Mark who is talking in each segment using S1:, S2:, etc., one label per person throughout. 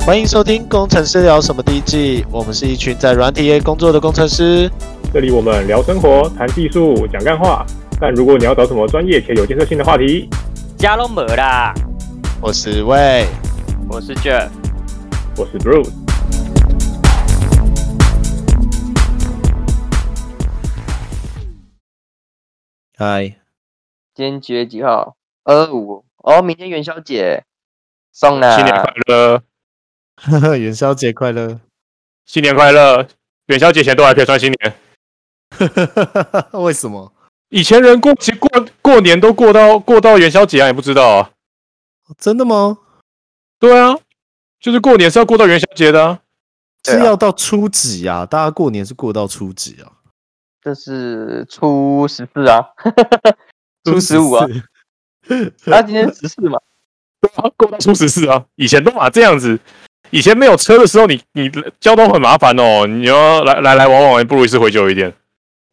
S1: 欢迎收听《工程师聊什么》第一季，我们是一群在软体业工作的工程师。
S2: 这里我们聊生活、谈技术、讲干话。但如果你要找什么专业且有建设性的话题，
S3: 加隆没啦，
S1: 我是魏，
S3: 我是 Jeff。
S2: 我是 Bruce。
S1: 嗨，
S3: 今天几月几号？二五哦，明天元宵节，送啦！
S2: 新年快乐，
S1: 元宵节快乐！
S2: 新年快乐！元宵节前都还可以算新年，
S1: 为什么？
S2: 以前人过节过过年都过到过到元宵节啊，你不知道啊？
S1: 真的吗？
S2: 对啊，就是过年是要过到元宵节的、啊。
S3: 对啊
S1: 是要到初几啊？大家过年是过到初几啊？
S3: 这是初十四啊， 初十五啊，那、今天十四嘛，
S2: 啊过到初十四啊，以前都嘛这样子。以前没有车的时候你，你交通很麻烦哦，你要来来来往往，不如一次回久一点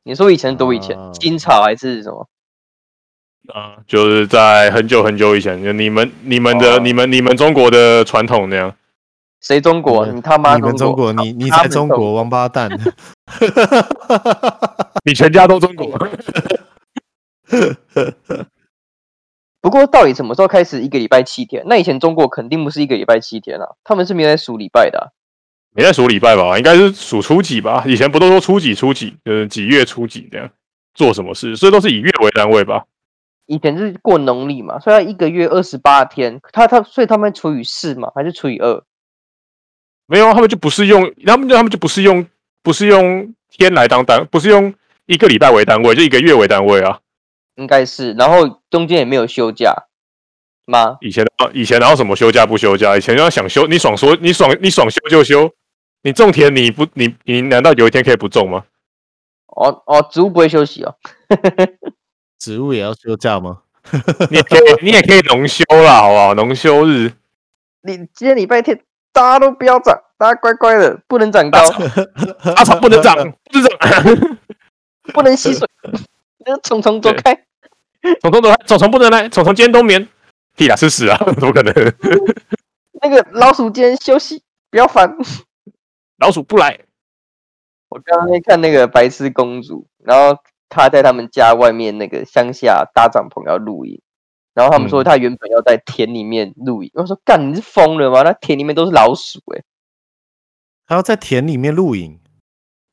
S3: 你说以前多以前
S1: 啊，
S3: 清朝还是什么？
S2: 啊、就是在很久很久以前，就你们你们的、
S3: 哦
S2: 你们你们中国的传统那样。
S3: 谁中国？
S1: 嗯
S3: 你他妈
S1: 你们
S3: 中
S1: 中
S3: 国？
S1: 国，你你
S3: 他
S1: 才
S3: 们
S1: 中
S3: 中
S1: 国，王八蛋！
S2: 你全家都中国，
S3: 不过到底什么时候开始一个礼拜七天？那以前中国肯定不是一个礼拜七天啊，他们是没有在数礼拜的啊、
S2: 没在数礼拜吧？应该是数初几吧？以前不都说初几初几，就是几月初几这样做什么事，所以都是以月为单位吧？
S3: 以前是过农历嘛，所以他一个月二十八天，他他所以他们除以四嘛，还是除以二？
S2: 没有啊，他们就不是用，他们就他们就不是用，不是用天来当单，不是用一个礼拜为单位，就一个月为单位啊。
S3: 应该是，然后中间也没有休假吗？
S2: 以前啊，以前然后什么休假不休假？以前要想休，你爽说你爽你爽休就休，你种田你不你你难道有一天可以不种吗？
S3: 哦哦，植物不会休息哦。
S1: 植物也要休假吗？
S2: 你也可以你也可以农休啦，好不好？农休日。
S3: 你今天礼拜天大家都不要长，大家乖乖的，不能长高，
S2: 阿啊草不能长，不能长，
S3: 不能吸 水，那虫虫走开。
S2: 虫虫的虫虫不能来，虫虫今天冬眠。屁啦，吃屎啊！怎么可能？
S3: 那个老鼠今天休息，不要烦。
S2: 老鼠不来，
S3: 我刚刚在看那个白痴公主，然后她在他们家外面那个乡下搭帐篷要露营，然后他们说她原本要在田里面露营，我说干你是疯了吗？那田里面都是老鼠哎、
S1: 还要在田里面露营？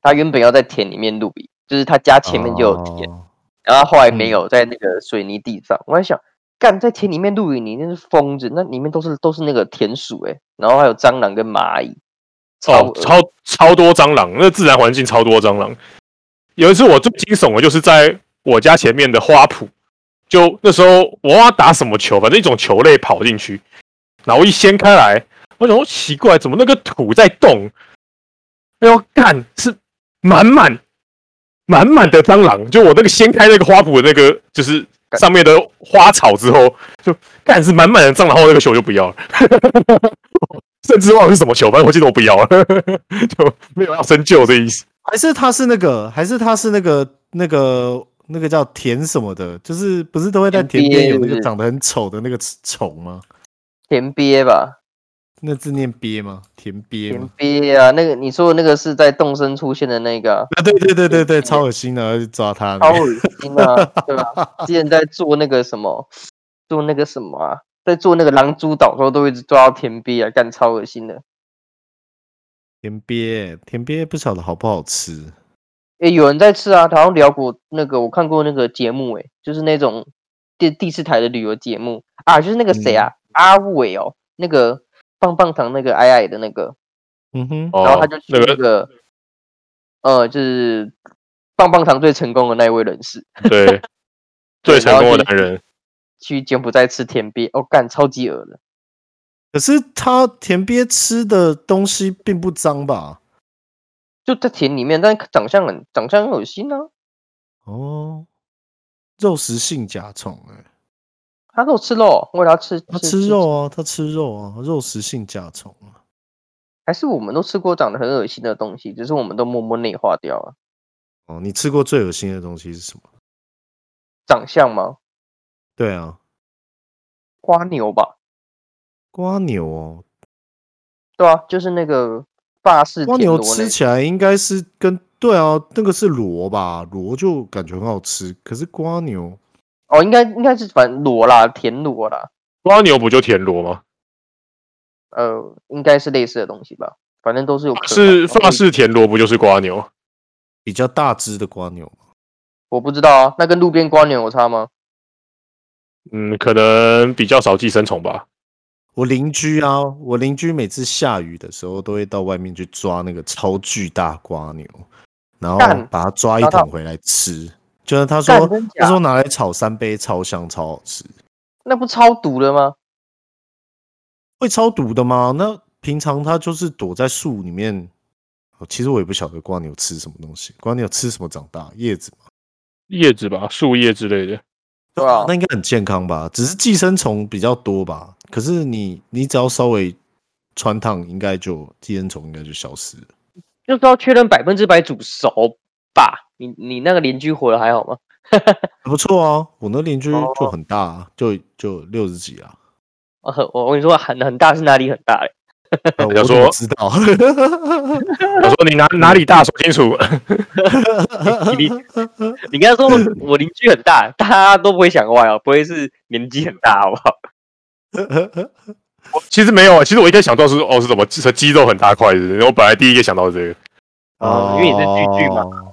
S3: 她原本要在田里面露营，就是她家前面就有田，
S1: 哦
S3: 然后后来没
S1: 嗯
S3: 有在那个水泥地上，我在想，干在田里面露营，你那是疯子，那里面都是都是那个田鼠哎、然后还有蟑螂跟蚂蚁，超呃
S2: 哦
S3: 恶，
S2: 超超多蟑螂，那自然环境超多蟑螂。有一次我最惊悚的就是在我家前面的花圃，就那时候我忘了打什么球，反正一种球类跑进去，然后一掀开来，我想说奇怪，怎么那个土在动？哎呦，看是满满满满的蟑螂，就我那个掀开那个花圃的那个，就是上面的花草之后，就看是满满的蟑螂，后那个球就不要了。甚至忘了是什么球，反正我记得我不要了， 就没有要深究的意思。
S1: 还是他是那个，还是他是那个那个那个叫田什么的，就是不是都会在田
S3: 田
S1: 边
S3: 鳖
S1: 有那
S3: 是
S1: 个
S3: 不是
S1: 长得很丑的那个虫吗？
S3: 田鳖吧，
S1: 那字念鳖吗？田鳖
S3: 田
S1: 吗？
S3: 鳖啊，那个你说的那个是在动森出现的那个啊、
S1: 啊，对对对对对，超恶心的，要去抓它
S3: 超
S1: 的。
S3: 恶心啊，对吧？之前在做那个什么，做那个什么啊，在做那个狼蛛岛的时候，都一直抓到田鳖啊，干超恶心的。
S1: 田鳖，田鳖不晓得好不好吃。
S3: 诶，有人在吃啊，好像聊过那个，我看过那个节目、诶，就是那种电第四台的旅游节目啊，就是那个谁啊，阿伟哦，那个棒棒糖那个矮矮的那个，
S1: 嗯哼，
S2: 哦
S3: 然后他就去
S2: 那个
S3: 那个，呃，就是棒棒糖最成功的那一位人士，
S2: 对最成功的男人，
S3: 去柬埔寨吃田鳖，哦，干超级恶的。
S1: 可是它田鳖吃的东西并不脏吧？
S3: 就在田里面，但长相很长相很恶心啊。
S1: 哦，肉食性甲虫哎、
S3: 他给我吃肉，为了要吃
S1: 它吃肉，啊，它吃肉啊，肉食性甲虫啊。
S3: 还是我们都吃过长得很恶心的东西，只是我们都默默内化掉了。
S1: 哦，你吃过最恶心的东西是什么？
S3: 长相吗？
S1: 对啊，
S3: 瓜牛吧，
S1: 瓜牛哦，
S3: 对啊，就是那个法式
S1: 蜗
S3: 田
S1: 牛
S3: 螺那
S1: 吃起来应该是跟对啊，那个是螺吧？螺就感觉很好吃，可是蜗牛
S3: 哦，应该应该是反正螺啦，田螺啦，
S2: 蜗牛不就田螺吗？
S3: 呃，应该是类似的东西吧，反正都是有壳嘛
S2: 是
S3: 然后
S2: 法式田螺不就是蜗牛？
S1: 比较大只的蜗牛嘛
S3: 我不知道啊，那跟路边蜗牛有差吗？
S2: 嗯，可能比较少寄生虫吧。
S1: 我邻居啊，我邻居每次下雨的时候都会到外面去抓那个超巨大蜗牛，然后
S3: 干
S1: 把它抓一
S3: 然后他
S1: 桶回来吃。就是他
S3: 干
S1: 说，
S3: 真
S1: 他
S3: 假
S1: 说？拿来炒三杯，超香，超好吃。
S3: 那不超毒的吗？
S1: 会超毒的吗？那平常它就是躲在树里面。哦其实我也不晓得蜗牛吃什么东西，蜗牛吃什么长大？叶子嘛，
S2: 叶子吧，树叶之类的。
S3: 对啊
S1: 那应该很健康吧？只是寄生虫比较多吧。可是你你只要稍微穿烫，应该就寄生虫应该就消失了。
S3: 就是要确认百分之百煮熟吧。你你那个邻居活得还好吗？
S1: 还不错啊，我那邻居
S3: 哦
S1: 就很大、啊，就就六十几 啊。
S3: 我很哦我跟你说很很大是哪里很大 嘞？
S1: 呃我
S2: 想
S1: 怎么
S2: 说
S1: 知道，
S2: 我说你哪
S3: 嗯
S2: 哪里大，说清楚。
S3: 你你跟他说我邻居很大，大家都不会想歪哦，不会是年纪很大好不好？
S2: 我其实没有啊，其实我一开始想到是哦是什么肌肌肉很大块的，然后我本来第一个想到是这个，
S3: 哦因为你是巨巨嘛
S1: 嘛。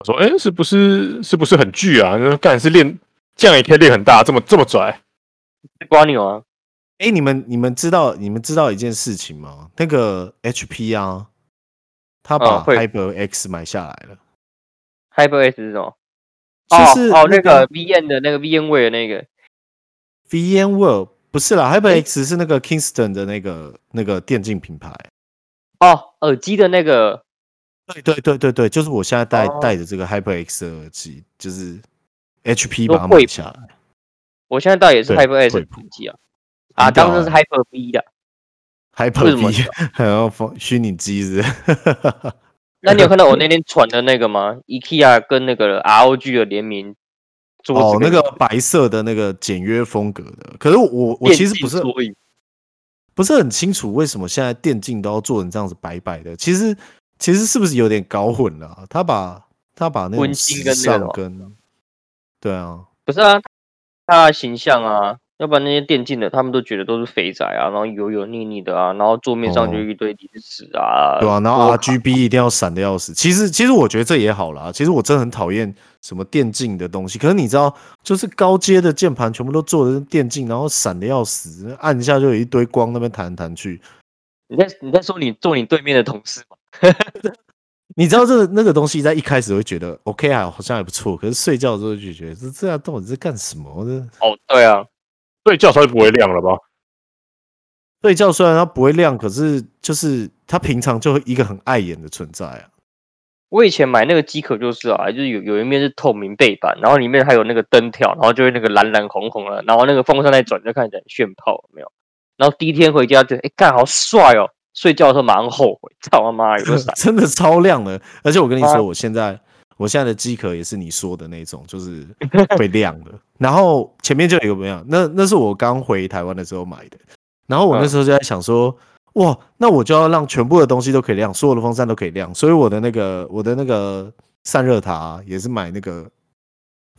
S2: 我说哎是不是是不是很巨啊？那干是练这样也可以练很大，这么这么拽。
S3: 是瓜牛啊，
S1: 哎、你们你们知道你们知道一件事情吗？那个 HP 啊，他把
S3: 嗯会
S1: Hyper X 买下来了，
S3: Hyper S 是什么？
S1: 就是
S3: 哦哦，那
S1: 个
S3: 个 VN 的那个 VNware 的那个
S1: VMware 不是啦，Hyper X 是那个 Kingston 的那个那个电竞品牌。
S3: 哦，耳机的那个
S1: 对对对对对，就是我现在戴
S3: 哦
S1: 戴的这个 Hyper X 的耳机，就是 HP
S3: 都
S1: 把它买
S3: 惠
S1: 下来。
S3: 我现在到也是
S1: 对
S3: Hyper S
S1: 惠
S3: 的
S1: 普
S3: 耳机啊，啊，
S1: 很屌
S3: 当时是 Hyper V 的。为
S1: Hyper
S3: 什么
S1: V，还 要放虚拟机子，
S3: 那你有看到我那天传的那个吗？IKEA 跟那个 ROG 的联名桌子
S1: 哦，那
S3: 跟
S1: 个白色的那个简约风格的。可是我我
S3: 电
S1: 其实
S3: 竞
S1: 不是
S3: 桌椅
S1: 不是很清楚为什么现在电竞都要做成这样子白白的。其实其实是不是有点搞混了啊、他把他把那种
S3: 温馨
S1: 时
S3: 跟那个什
S1: 尚
S3: 么
S1: 跟对啊，
S3: 不是啊，他的形象啊，要不然那些电竞的他们都觉得都是肥仔啊，然后油油腻腻的啊，然后桌面上就
S1: 哦
S3: 一堆零食啊，
S1: 对啊，然后
S3: 桌卡
S1: RGB 一定要闪的要死。其实其实我觉得这也好啦。其实我真的很讨厌什么电竞的东西，可是你知道，就是高阶的键盘全部都做的是电竞，然后闪的要死，按一下就有一堆光那边弹来弹去。
S3: 你在你在说你坐你对面的同事吗？
S1: 你知道这那个东西在一开始会觉得 OK 啊，好像还不错，可是睡觉之后就觉得这这样啊到底是干什么？这
S3: 哦，对啊，
S2: 所以叫稍微不会亮了吧？
S1: 睡觉虽然它不会亮，可是就是它平常就一个很碍眼的存在啊。，
S3: 我以前买那个机壳就是啊，就是有有一面是透明背板，然后里面还有那个灯条，然后就会那个蓝蓝红红的，然后那个风扇在转，就看起来很炫炮，有没有？然后第一天回家就哎干好帅哦，睡觉的时候马上后悔，操他妈有个闪
S1: 真的超亮的。而且我跟你
S3: 啊
S1: 说，我现在我现在的机壳也是你说的那种，就是会亮的。 然后前面就有一个不一样，那那是我刚回台湾的时候买的。然后我那
S3: 嗯
S1: 时候就在想说，哇，那我就要让全部的东西都可以亮，所有的风扇都可以亮。所以我的那个我的那个散热塔啊、也是买那个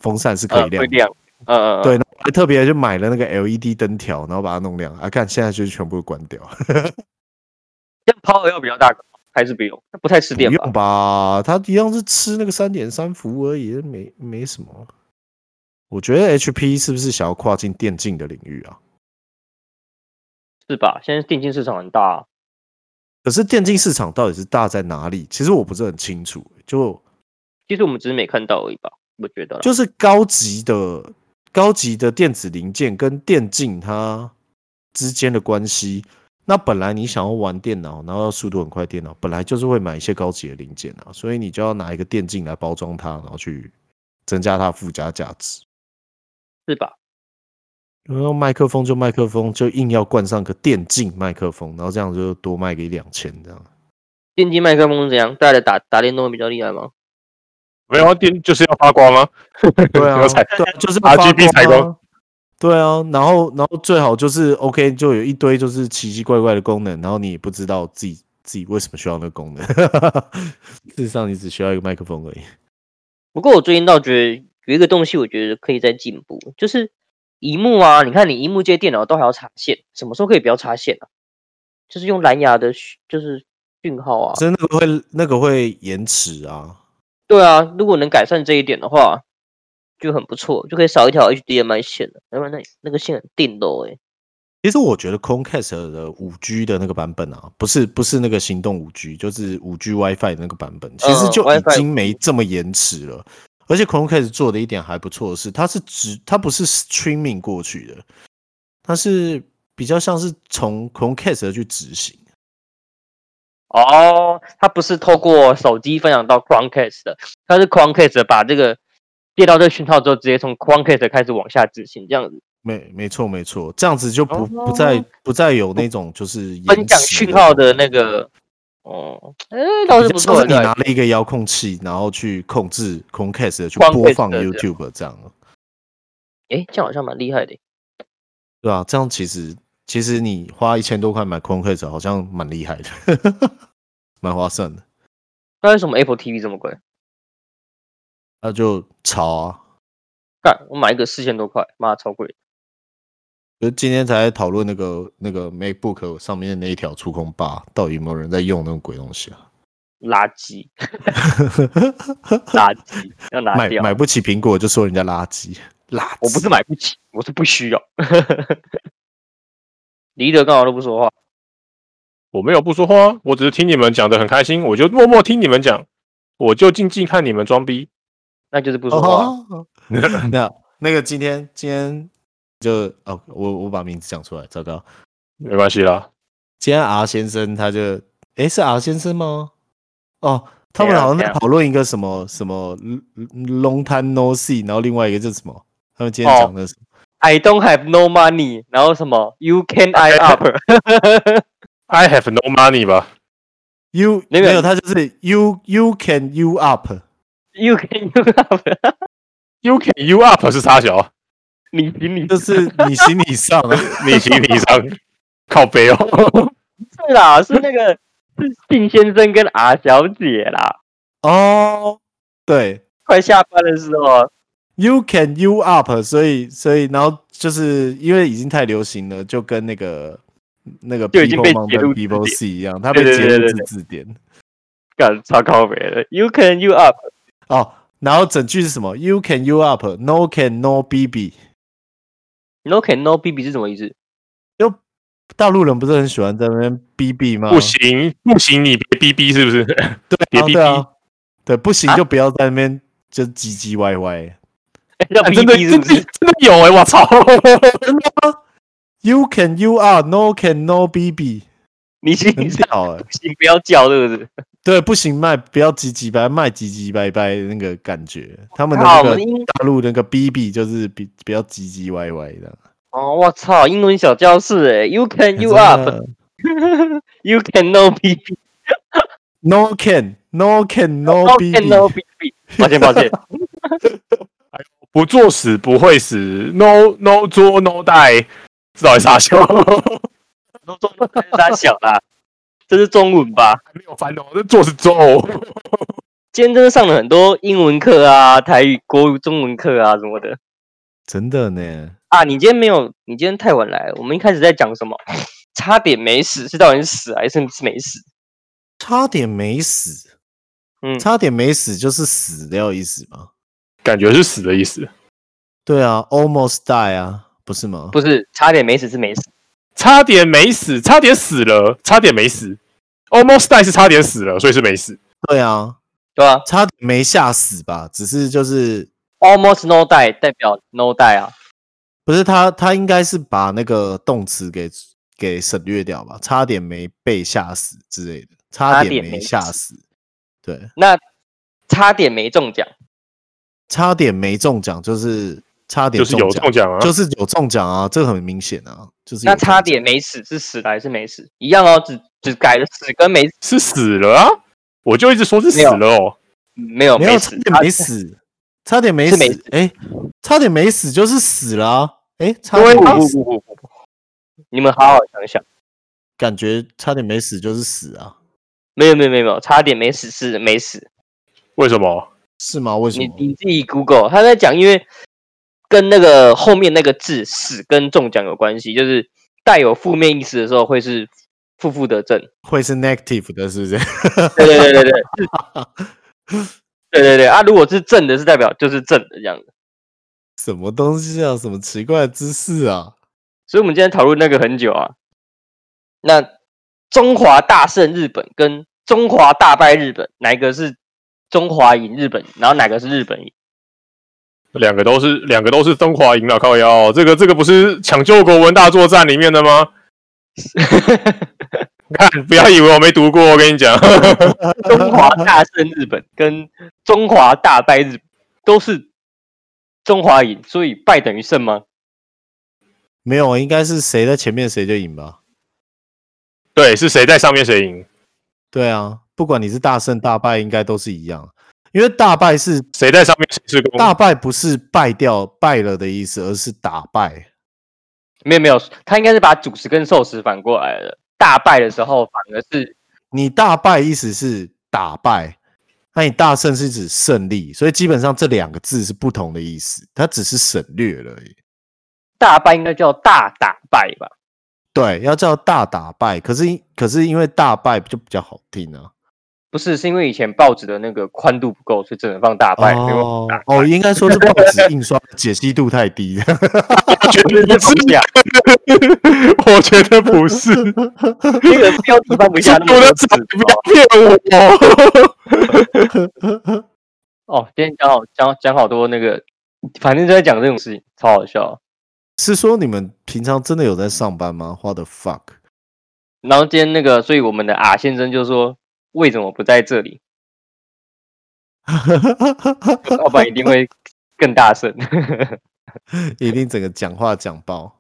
S1: 风扇是可以
S3: 呃
S1: 亮
S3: 会
S1: 的。
S3: 亮，嗯嗯，嗯
S1: 对，然后还特别就买了那个 LED 灯条，然后把它弄亮。啊，看现在就是全部关掉。
S3: 这样抛的要比较大个吗，还是不用？那不太吃
S1: 不
S3: 电
S1: 用
S3: 吧？
S1: 吧，他一样是吃那个三点三伏而已，没没什么。我觉得 HP 是不是想要跨进电竞的领域啊？
S3: 是吧？现在电竞市场很大、啊，
S1: 可是电竞市场到底是大在哪里？其实我不是很清楚、欸就
S3: 其实我们只是没看到而已吧，我觉得啦。
S1: 就是高级的高级的电子零件跟电竞它之间的关系。那本来你想要玩电脑，然后要速度很快，电脑本来就是会买一些高级的零件啊，所以你就要拿一个电竞来包装它，然后去增加它的附加价值。
S3: 是吧？
S1: 然后麦克风就麦克风，就硬要冠上个电竞麦克风，然后这样就多卖个一两千这样。
S3: 电竞麦克风是怎样？带来打打电动会比较厉害吗？
S2: 没有啊电就是要发光啊，
S1: 对啊，
S2: 才
S1: 对啊，就是
S2: RGB 采光
S1: 啊。对啊，然后然后最好就是 OK，就有一堆就是奇奇怪怪的功能，然后你也不知道自己自己为什么需要那个功能。 事实上，你只需要一个麦克风而已。
S3: 不过我最近倒觉得有一个东西，我觉得可以再进步，就是荧幕啊。你看你荧幕接电脑都还要插线，什么时候可以不要插线啊？就是用蓝牙的讯，就是讯号啊。
S1: 真的会那个会延迟啊，
S3: 对啊，如果能改善这一点的话，就很不错，就可以少一条 HDMI 线了。要不然那那个线很定的哎、
S1: 其实我觉得 Chromecast 的五 G 的那个版本啊，不是不是那个行动五 G，就是五 G WiFi 的那个版本，其实就已
S3: 嗯 WiFi
S1: 经没这么延迟了。而且 Chromecast 做的一点还不错的是，它是直，它不是 streaming 过去的，它是比较像是从 Chromecast 去执行。
S3: 哦，它不是透过手机分享到 Chromecast 的，它是 Chromecast 把这个接到这个讯号之后，直接从 Chromecast 开始往下执行，这样子
S1: 没没错没错，这样子就不、不再不再有那种就是延
S3: 哦分享
S1: 迟
S3: 讯号的那个。哦，哎，倒是
S1: 比
S3: 不
S1: 较像
S3: 错
S1: 是你
S3: 的，
S1: 拿了一个遥控器，然后去控制 Chromecast 去
S3: 光
S1: 播
S3: 配
S1: 放
S3: 的这样
S1: YouTube 这样。
S3: 哎，这样好像蛮厉害的。
S1: 对啊，这样其实其实你花一千多块买 Chromecast 好像蛮厉害的，蛮划算的。
S3: 那为什么 Apple TV 这么贵？
S1: 那就炒啊！
S3: 干，我买一个四千多块，妈超贵。
S1: 就今天才在讨论那个那个 MacBook 上面的那一条触控把，到底有没有人在用那种鬼东西啊？
S3: 垃 圾，垃圾要拿
S1: 买
S3: 掉。
S1: 买不起苹果就说人家垃圾，垃圾。
S3: 我不是买不起，我是不需要。离德刚好都不说话，
S2: 我没有不说话，我只是听你们讲的很开心，我就默默听你们讲，我就静静看你们装逼。
S3: 那就是不说话。
S1: 哦 吼，那那个今天今天就哦，我我把名字讲出来，糟糕。
S2: 没关系啦，
S1: 今天 R 先生他就，诶，是 R 先生吗？哦，他
S3: 谁
S1: 们
S3: 啊
S1: 好像
S3: 谁
S1: 在
S3: 啊
S1: 讨论一个什么什么 long time no see，然后另外一个叫什么？他们今天
S3: 哦
S1: 讲的是
S3: I don't have no money，然后什么 You can I up，
S2: I have no money 吧？
S1: you
S3: 那
S1: 没
S3: 个
S1: 有，他就是 you you can you up，
S3: You can you up，
S2: You can you up 是啥小？
S3: 你行你
S1: 就是你行你上啊，
S2: 你行你上， 靠背哦。
S3: 是啦，是那个是信先生跟 R 小姐啦。
S1: 哦，对
S3: 快下班的时候，
S1: ，you can you up，所以所以然后就是因为已经太流行了，就跟那个那个
S3: 就已经
S1: people
S3: 被
S1: Mountain
S3: 截入字
S1: people
S3: 典
S1: see 一样，他被
S3: 对对
S1: 截
S3: 对
S1: 入
S3: 对
S1: 字
S3: 对
S1: 字典。
S3: 干超靠北的。You can you up，
S1: 哦，然后整句是什么？You can you up, no can no bb。
S3: No can no BB 是什么意思？
S1: 大陆人不是很喜欢在那边 bb
S3: 嗯
S1: 吗？
S2: 不行不行，你别逼逼是 不是？
S1: 对啊，
S2: 别
S1: 对啊，对，不行
S3: 啊
S1: 就不要在那边就唧唧歪歪。哎
S3: 叫
S2: 哎真的
S3: BB 是
S2: 真
S3: 不
S2: 的
S3: 是？
S2: 真的有哎、我操！
S1: You can you are, no can no bb，
S3: 你行
S1: 很
S3: 你
S1: 屌哎、
S3: 不行，不要叫，是不是？
S1: 对，不行卖不要唧唧歪，卖唧唧歪歪的那个感觉。他们的
S3: 靠，
S1: 那个
S3: 我们英
S1: 大陆那个 bb 就是比比较唧唧歪歪的。
S3: 哦，我操，英文小教室哎，You can you up，You
S1: 真的
S3: can no BB，
S1: No can no can no
S3: No can no
S1: bb，
S3: BB，抱歉抱歉，
S2: 不作死不会死，no no 作 no die，知道啥笑？
S3: 都中文还是他小啦，这是中文吧？
S2: 还 没有翻哦，这作是作哦。
S3: 今天真的上了很多英文课啊，台语、国语、中文课啊什么的
S1: 真的呢。
S3: 啊。你今天没有，你今天太晚来了。我们一开始在讲什么？差点没死，是到底是死还是是没死？
S1: 差点没死，
S3: 嗯
S1: 差点没死就是死掉意思吗？
S2: 感觉是死的意思，
S1: 对啊，almost die 啊，不是吗？
S3: 不是，差点没死是没死。
S2: 差点没死，差点死了，差点没死，almost die 是差点死了，所以是没死。
S1: 对啊，
S3: 对吧
S1: 差点没吓死吧？只是就是
S3: ？Almost no die 代表 no die 啊，
S1: 不是他他应该是把那个动词给给省略掉吧？差点没被吓死之类的，差
S3: 差
S1: 点
S3: 点
S1: 没
S3: 没
S1: 吓
S3: 死
S1: 死。对，
S3: 差点没中奖。
S1: 差点没中奖就是差点
S2: 就是有
S1: 中
S2: 中奖啊，
S1: 就是有中奖啊，这个很明显啊，就是
S3: 那
S1: 有中
S3: 差
S1: 奖
S3: 点没死是死了还是没死？一样哦，只只改了死跟没死，
S2: 是死了啊，我就一直说是死了哦。
S3: 没有
S1: 没有
S3: 没
S1: 差
S3: 死，
S1: 点没死，差点没
S3: 是没
S1: 死，哎、差点没死就是死了、啊，哎、哎，差
S2: 对
S1: 点
S2: 啊
S1: 没
S4: 不
S1: 死，
S4: 不不不，
S3: 你们好好想想。
S1: 感觉差点没死就是死啊，
S3: 没有没有没有没有，差点没死是没死。
S2: 为什么？
S1: 是吗？为什
S3: 你
S1: 么？
S3: 你自己 Google，他在讲，因为跟那个后面那个字“死”跟中奖有关系，就是带有负面意思的时候会是负负得正。
S1: 会是 negative 的，是不是？
S3: 对对对对对，是对对对啊！如果是正的，是代表就是正的这样子。
S1: 什么东西啊？什么奇怪的姿势啊？
S3: 所以我们今天讨论那个很久啊。那中华大胜日本跟中华大败日本，哪一个是中华赢日本？然后哪个是日本赢？
S2: 两个都是两个都是中华赢了，靠腰，哦这个这个不是抢救国文大作战里面的吗？看，不要以为我没读过，我跟你讲，
S3: 中华大胜日本跟中华大败日本都是中华赢，所以败等于胜吗？
S1: 没有，应该是谁在前面谁就赢吧？
S2: 对，是谁在上面谁赢，
S1: 对啊，不管你是大胜大败，应该都是一样，因为大败是
S2: 谁在上面谁是公。
S1: 大败，不是败掉败了的意思，而是打败。
S3: 没有没有，他应该是把主食跟寿司反过来了。大败的时候反而是
S1: 你大败意思是打败，那你大胜是指胜利，所以基本上这两个字是不同的意思，它只是省略了而已。
S3: 大败，应该叫大打败吧？
S1: 对，要叫大打败，可是可是因为大败就比较好听啊。
S3: 不是，是因为以前报纸的那个宽度不够，所以只能放大败。没有
S1: 哦哦，应该说是报纸印刷解析度太低了。
S2: 觉得不是，我觉得不是，
S3: 那个标题放不下那么
S2: 我
S3: 多
S2: 的
S3: 字
S2: 仔 不要骗我。
S3: 哦。今天讲好讲讲好多那个，反正就在讲这种事情，超好笑。
S1: 是说你们平常真的有在上班吗？花的 fuck，
S3: 然后今天那个，所以我们的啊先生就说：“为什么不在这里？老板一定会更大声。
S1: 一定整个讲话讲爆。”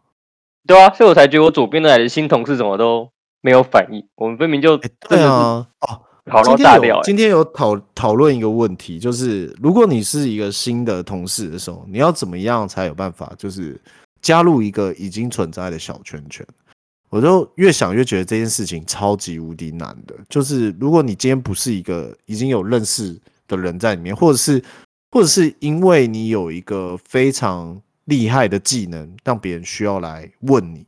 S3: 对啊，所以我才觉得我左边来的新同事怎么都没有反应，我们分明就
S1: 哎
S3: 真，的
S1: 对
S3: 是
S1: 啊，哦，
S3: 吵到
S1: 今
S3: 大
S1: 天有
S3: 掉、欸。
S1: 今天有讨讨论一个问题，就是如果你是一个新的同事的时候，你要怎么样才有办法，就是加入一个已经存在的小圈圈？我就越想越觉得这件事情超级无敌难的。就是如果你今天不是一个已经有认识的人在里面，或者是或者是因为你有一个非常厉害的技能，让别人需要来问你，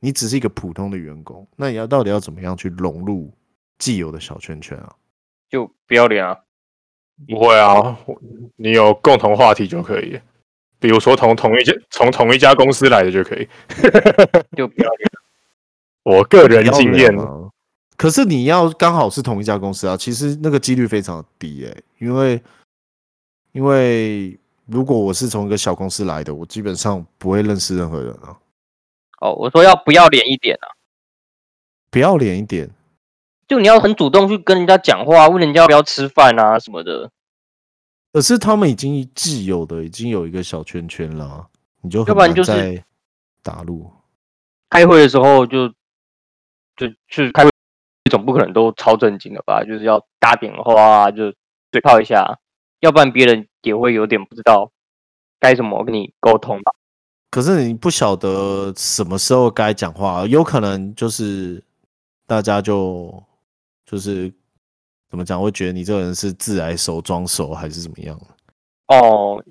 S1: 你只是一个普通的员工，那你要到底要怎么样去融入既有的小圈圈啊？
S3: 就不要脸啊！
S2: 不会啊，我你有共同话题就可以，比如说同同一家从同一家公司来的就可以。
S3: 就不要脸。
S2: 我个人
S1: 要
S2: 经
S1: 人
S2: 验，
S3: 啊
S1: 吗可是你要刚好是同一家公司啊，其实那个几率非常低诶、因为因为如果我是从一个小公司来的，我基本上不会认识任何人啊。
S3: 哦，我说要不要脸一点啊！
S1: 不要脸一点，
S3: 就你要很主动去跟人家讲话，问人家要不要吃饭啊什么的，
S1: 可是他们已经既有的已经有一个小圈圈了啊，你就
S3: 要
S1: 很
S3: 不然
S1: 难
S3: 就是
S1: 再打入。
S3: 开会的时候就就去开会，总不可能都超正经的吧？就是要搭点话啊，就嘴炮一下，啊要不然别人也会有点不知道该怎么跟你沟通吧。
S1: 可是你不晓得什么时候该讲话，有可能就是大家就就是怎么讲，会觉得你这个人是自来熟、装熟还是怎么样？
S3: 哦，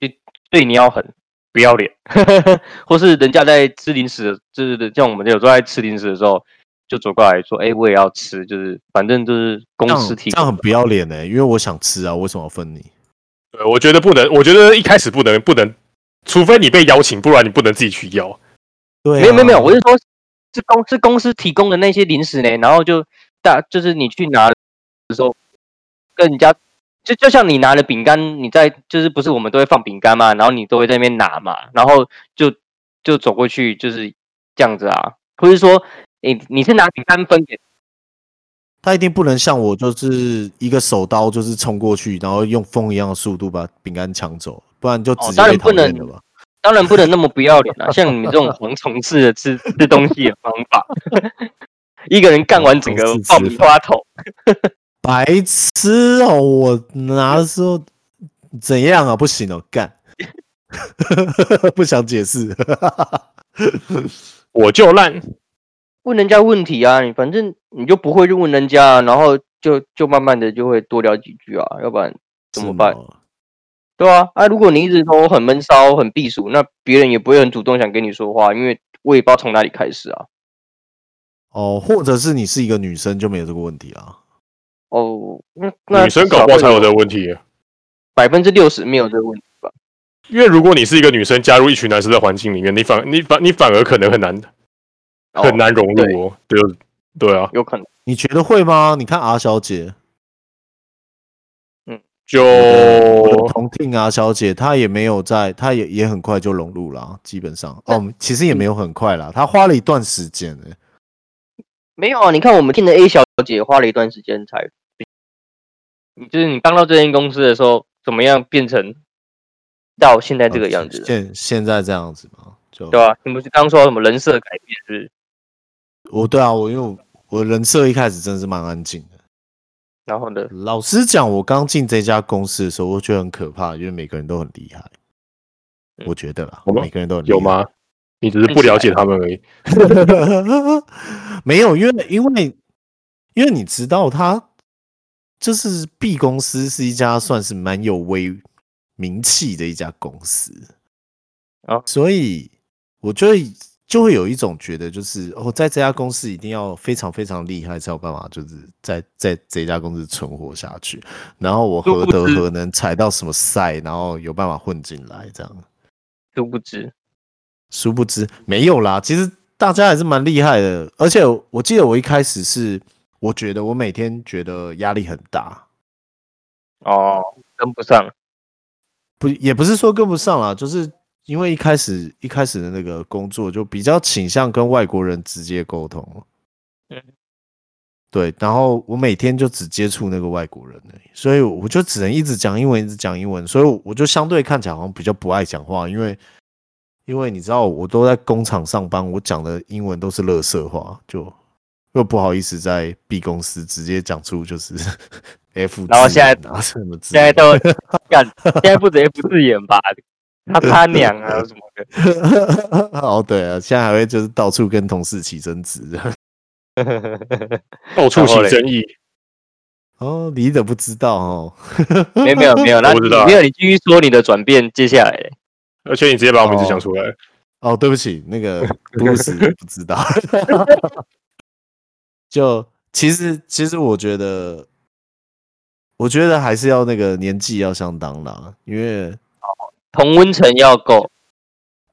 S3: 就对你要很不要脸， 或是人家在吃零食的，就是像我们有时候在吃零食的时候，就走过来说：“哎、我也要吃。”就是反正就是公
S1: 这样
S3: 司提
S1: 这样很不要脸呢、因为我想吃啊，为什么要分你？
S2: 对我觉得不能，我觉得一开始不能不能，除非你被邀请，不然你不能自己去邀。
S1: 对、啊
S3: 没有没有没有，我是说，是公是公司提供的那些零食呢，然后就大就是你去拿的时候，跟人家就就像你拿了饼干，你在就是不是我们都会放饼干嘛，然后你都会在那边拿嘛，然后就就走过去就是这样子啊，不是说你你是拿饼干分给
S1: 他一定不能像我，就是一个手刀就是冲过去，然后用风一样的速度把饼干抢走，不然就直接
S3: 哦当
S1: 被
S3: 然
S1: 讨
S3: 不能
S1: 厌了吧？
S3: 当然不能那么不要脸啊，像你们这种蝗虫式的吃吃东西的方法， 一个人干完整个
S1: 蝗虫式
S3: 爆
S1: 吃
S3: 米花桶。
S1: 白痴哦、我拿的时候怎样啊？不行哦、干！ 不想解释。
S2: 我就烂，
S3: 问人家问题啊，你反正你就不会去问人家啊、然后就就慢慢的就会多聊几句啊，要不然怎么办
S1: 是？吗？
S3: 对啊，啊，如果你一直都很闷骚、很避暑，那别人也不会很主动想跟你说话，因为我也不知道从哪里开始啊。
S1: 哦，或者是你是一个女生就没有这个问题啊？
S3: 哦，那那
S2: 女生搞不好才有这个问题。
S3: 百分之六十没有这个问题吧？
S2: 因为如果你是一个女生，加入一群男生的环境里面，你反你反你反而可能很难
S3: 哦
S2: 很难融入哦。对对啊，
S3: 有可能
S1: 你觉得会吗？你看阿小姐，
S2: 就
S3: 嗯
S1: 我
S3: 哦
S2: 哦
S1: 的同听啊，小姐，她也没有在，她也也很快就融入了啊，基本上哦，其实也没有很快啦，她花了一段时间欸
S3: 没有啊？你看我们听的 A 小姐花了一段时间才，你就是你刚到这间公司的时候，怎么样变成到现在这
S2: 哦
S3: 个样子的，
S1: 现现在这样子嘛，就
S3: 对吧、啊你不是刚说什么人设改变是不是？
S1: 我对啊，我因为我我人设一开始真的是蛮安静的。
S3: 然后呢？
S1: 老实讲，我刚进这家公司的时候，我觉得很可怕，因为每个人都很厉害，
S3: 嗯
S1: 我觉得啦，
S2: 好吧
S1: 每个人都很厉害
S2: 有？吗？你只是不了解他们而已。
S1: 没有，因为因为因为你知道他，就是 B 公司是一家算是蛮有威名气的一家公司
S3: 哦
S1: 所以我觉得就会有一种觉得，就是哦，在这家公司一定要非常非常厉害，才有办法就是在在这家公司存活下去。然后我
S3: 殊
S1: 何
S3: 不
S1: 德
S3: 知
S1: 何能踩到什么赛，然后有办法混进来这样。
S3: 殊不知，
S1: 殊不知没有啦，其实大家还是蛮厉害的。而且我记得我一开始是，我觉得我每天觉得压力很大，
S3: 哦，跟不上，
S1: 不也不是说跟不上啦，就是因为一开始一开始的那个工作就比较倾向跟外国人直接沟通。
S3: 嗯
S1: 对，然后我每天就只接触那个外国人而已，所以我就只能一直讲英文，一直讲英文，所以我就相对看起来好像比较不爱讲话，因为因为你知道我都在工厂上班，我讲的英文都是垃圾话，就又不好意思在 B 公司直接讲出就是 F，
S3: 然后现在
S1: 字眼啊什么之
S3: 现
S1: 类
S3: 在
S1: 的，
S3: 都干，现在不得不自演吧？他他娘啊什么的，
S1: 哦对啊，现在还会就是到处跟同事起争执这样，
S2: 到处起争议，
S1: 哦，你怎么不知道哦？
S3: 没有没有没有，那
S2: 我不知道啊
S3: 没有你继续说你的转变，接下来嘞
S2: 而且你直接把我名字
S1: 哦
S2: 讲出来，
S1: 哦，对不起，那个布鲁斯不知道。 就其实，其实我觉得，我觉得还是要那个年纪要相当啦，因为
S3: 同温层要够，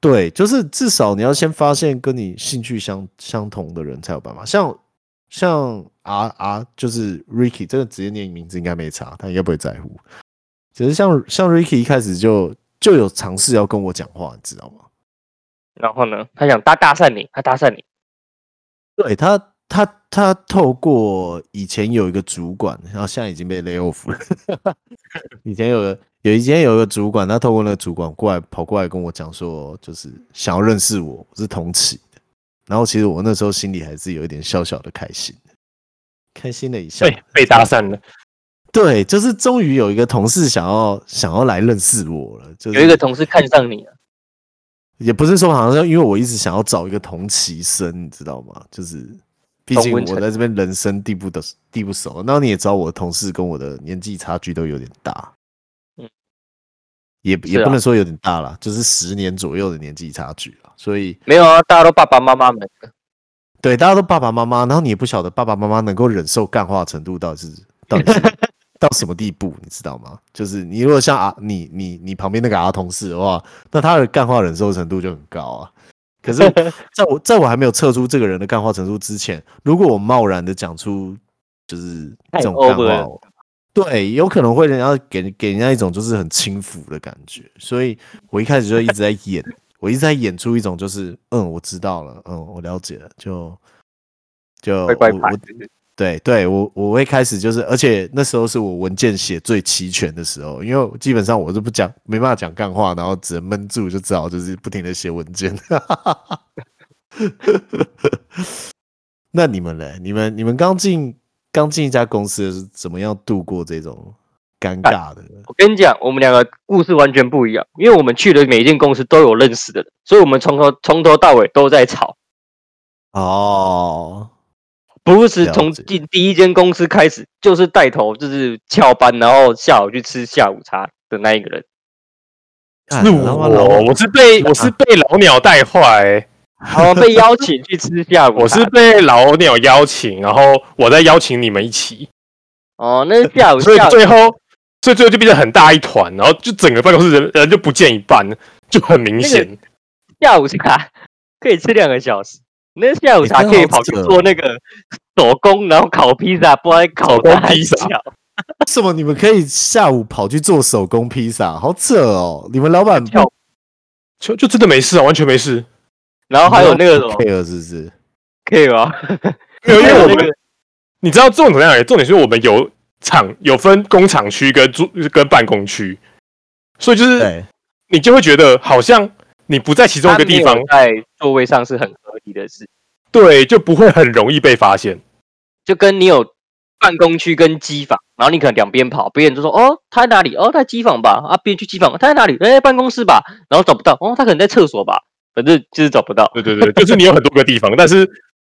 S1: 对，就是至少你要先发现跟你兴趣相相同的人才有办法。像像 R R 就是 Ricky，这个直接念名字应该没差，他应该不会在乎。只是像像 Ricky 一开始就就有尝试要跟我讲话，你知道吗？
S3: 然后呢，他想搭搭讪你，他搭讪你，
S1: 对他，他他透过以前有一个主管，然后现在已经被 lay off 了。 以前有个有一间有一个主管，他透过那个主管过来跑过来跟我讲说，就是想要认识我，我是同期的。然后其实我那时候心里还是有一点小小的开心的，开心了一下。
S2: 被被搭讪了。
S1: 对，就是终于有一个同事想要想要来认识我了，就是
S3: 有一个同事看上你了，
S1: 也不是说好像因为我一直想要找一个同期生，你知道吗？就是毕
S3: 同
S1: 竟
S3: 温层
S1: 我在这边人生地不的地不熟，那你也知道我的同事跟我的年纪差距都有点大，
S3: 嗯，
S1: 也
S3: 是
S1: 也
S3: 啊
S1: 不能说有点大啦，就是十年左右的年纪差距啦。所以
S3: 没有啊，大家都爸爸妈妈们，
S1: 对大家都爸爸妈妈，然后你也不晓得爸爸妈妈能够忍受干化程度到底是到底是 到什么地步，你知道吗？就是你如果像啊你你你旁边那个啊同事的话，那他的干化忍受程度就很高啊。 可是在我在我还没有测出这个人的干化程度之前，如果我贸然的讲出就是
S3: 太
S1: 这种干
S3: over
S1: 话
S3: 了
S1: 我，对，有可能会人家给给人家一种就是很轻浮的感觉，所以我一开始就一直在演， 我一直在演出一种就是嗯我知道了，嗯我了解了，就就
S3: 乖乖
S1: 哦我
S3: 牌
S1: 我，对对，我我会开始就是，而且那时候是我文件写最齐全的时候，因为我基本上我是不讲，没办法讲干话，然后只能闷住，就只好就是不停的写文件。 那你们嘞？你们你们刚进刚进一家公司是怎么样度过这种尴尬的。
S3: 我跟你讲，我们两个故事完全不一样，因为我们去的每一间公司都有认识的人，所以我们从头从头到尾都在吵。
S1: 哦，
S3: 不是从
S1: 了解
S3: 第第一间公司开始，就是带头，就是翘班，然后下午去吃下午茶的那一个人。
S1: 干
S2: 是
S1: 他
S2: 我，
S1: 妈老
S2: 我是被我是被老鸟带坏、
S3: 我们被邀请去吃下午茶，
S2: 我是被老鸟邀请，然后我再邀请你们一起，
S3: 哦，那是下午
S2: 所以
S3: 下午
S2: 最后，所以最后就变成很大一团，然后就整个办公室人人就不见一半，就很明显。
S3: 下午茶可以吃两个小时，那下午
S1: 你
S3: 茶
S1: 真
S3: 可以
S1: 好
S3: 跑去
S1: 扯哦
S3: 做那个手工，然后烤披萨，不然烤
S2: 手工
S3: 啥
S2: 披萨
S3: 小
S1: 为什么你们可以下午跑去做手工披萨？好扯哦！你们老板
S3: 跳
S1: 不
S2: 就就真的没事啊，完全没事。
S3: 然后还有那个什么
S1: care 是不是？
S3: 可以吗？
S2: 没有，因
S3: 还
S2: 为
S3: 有
S2: 我
S3: 那
S2: 们
S3: 个
S2: 你知道重点在哪里？重点是我们有厂有分工厂区跟住跟办公区，所以就是
S1: 对，
S2: 你就会觉得好像你不在其中一个地
S3: 他没
S2: 方
S3: 有，在座位上是很合理的事，
S2: 对，就不会很容易被发现。
S3: 就跟你有办公区跟机房，然后你可能两边跑，别人就说哦他在哪里？哦他在机房吧，啊别人去机房，他在哪里？哎办公室吧，然后找不到，哦他可能在厕所吧，反正就是找不到。
S2: 对对对，就是你有很多个地方，但是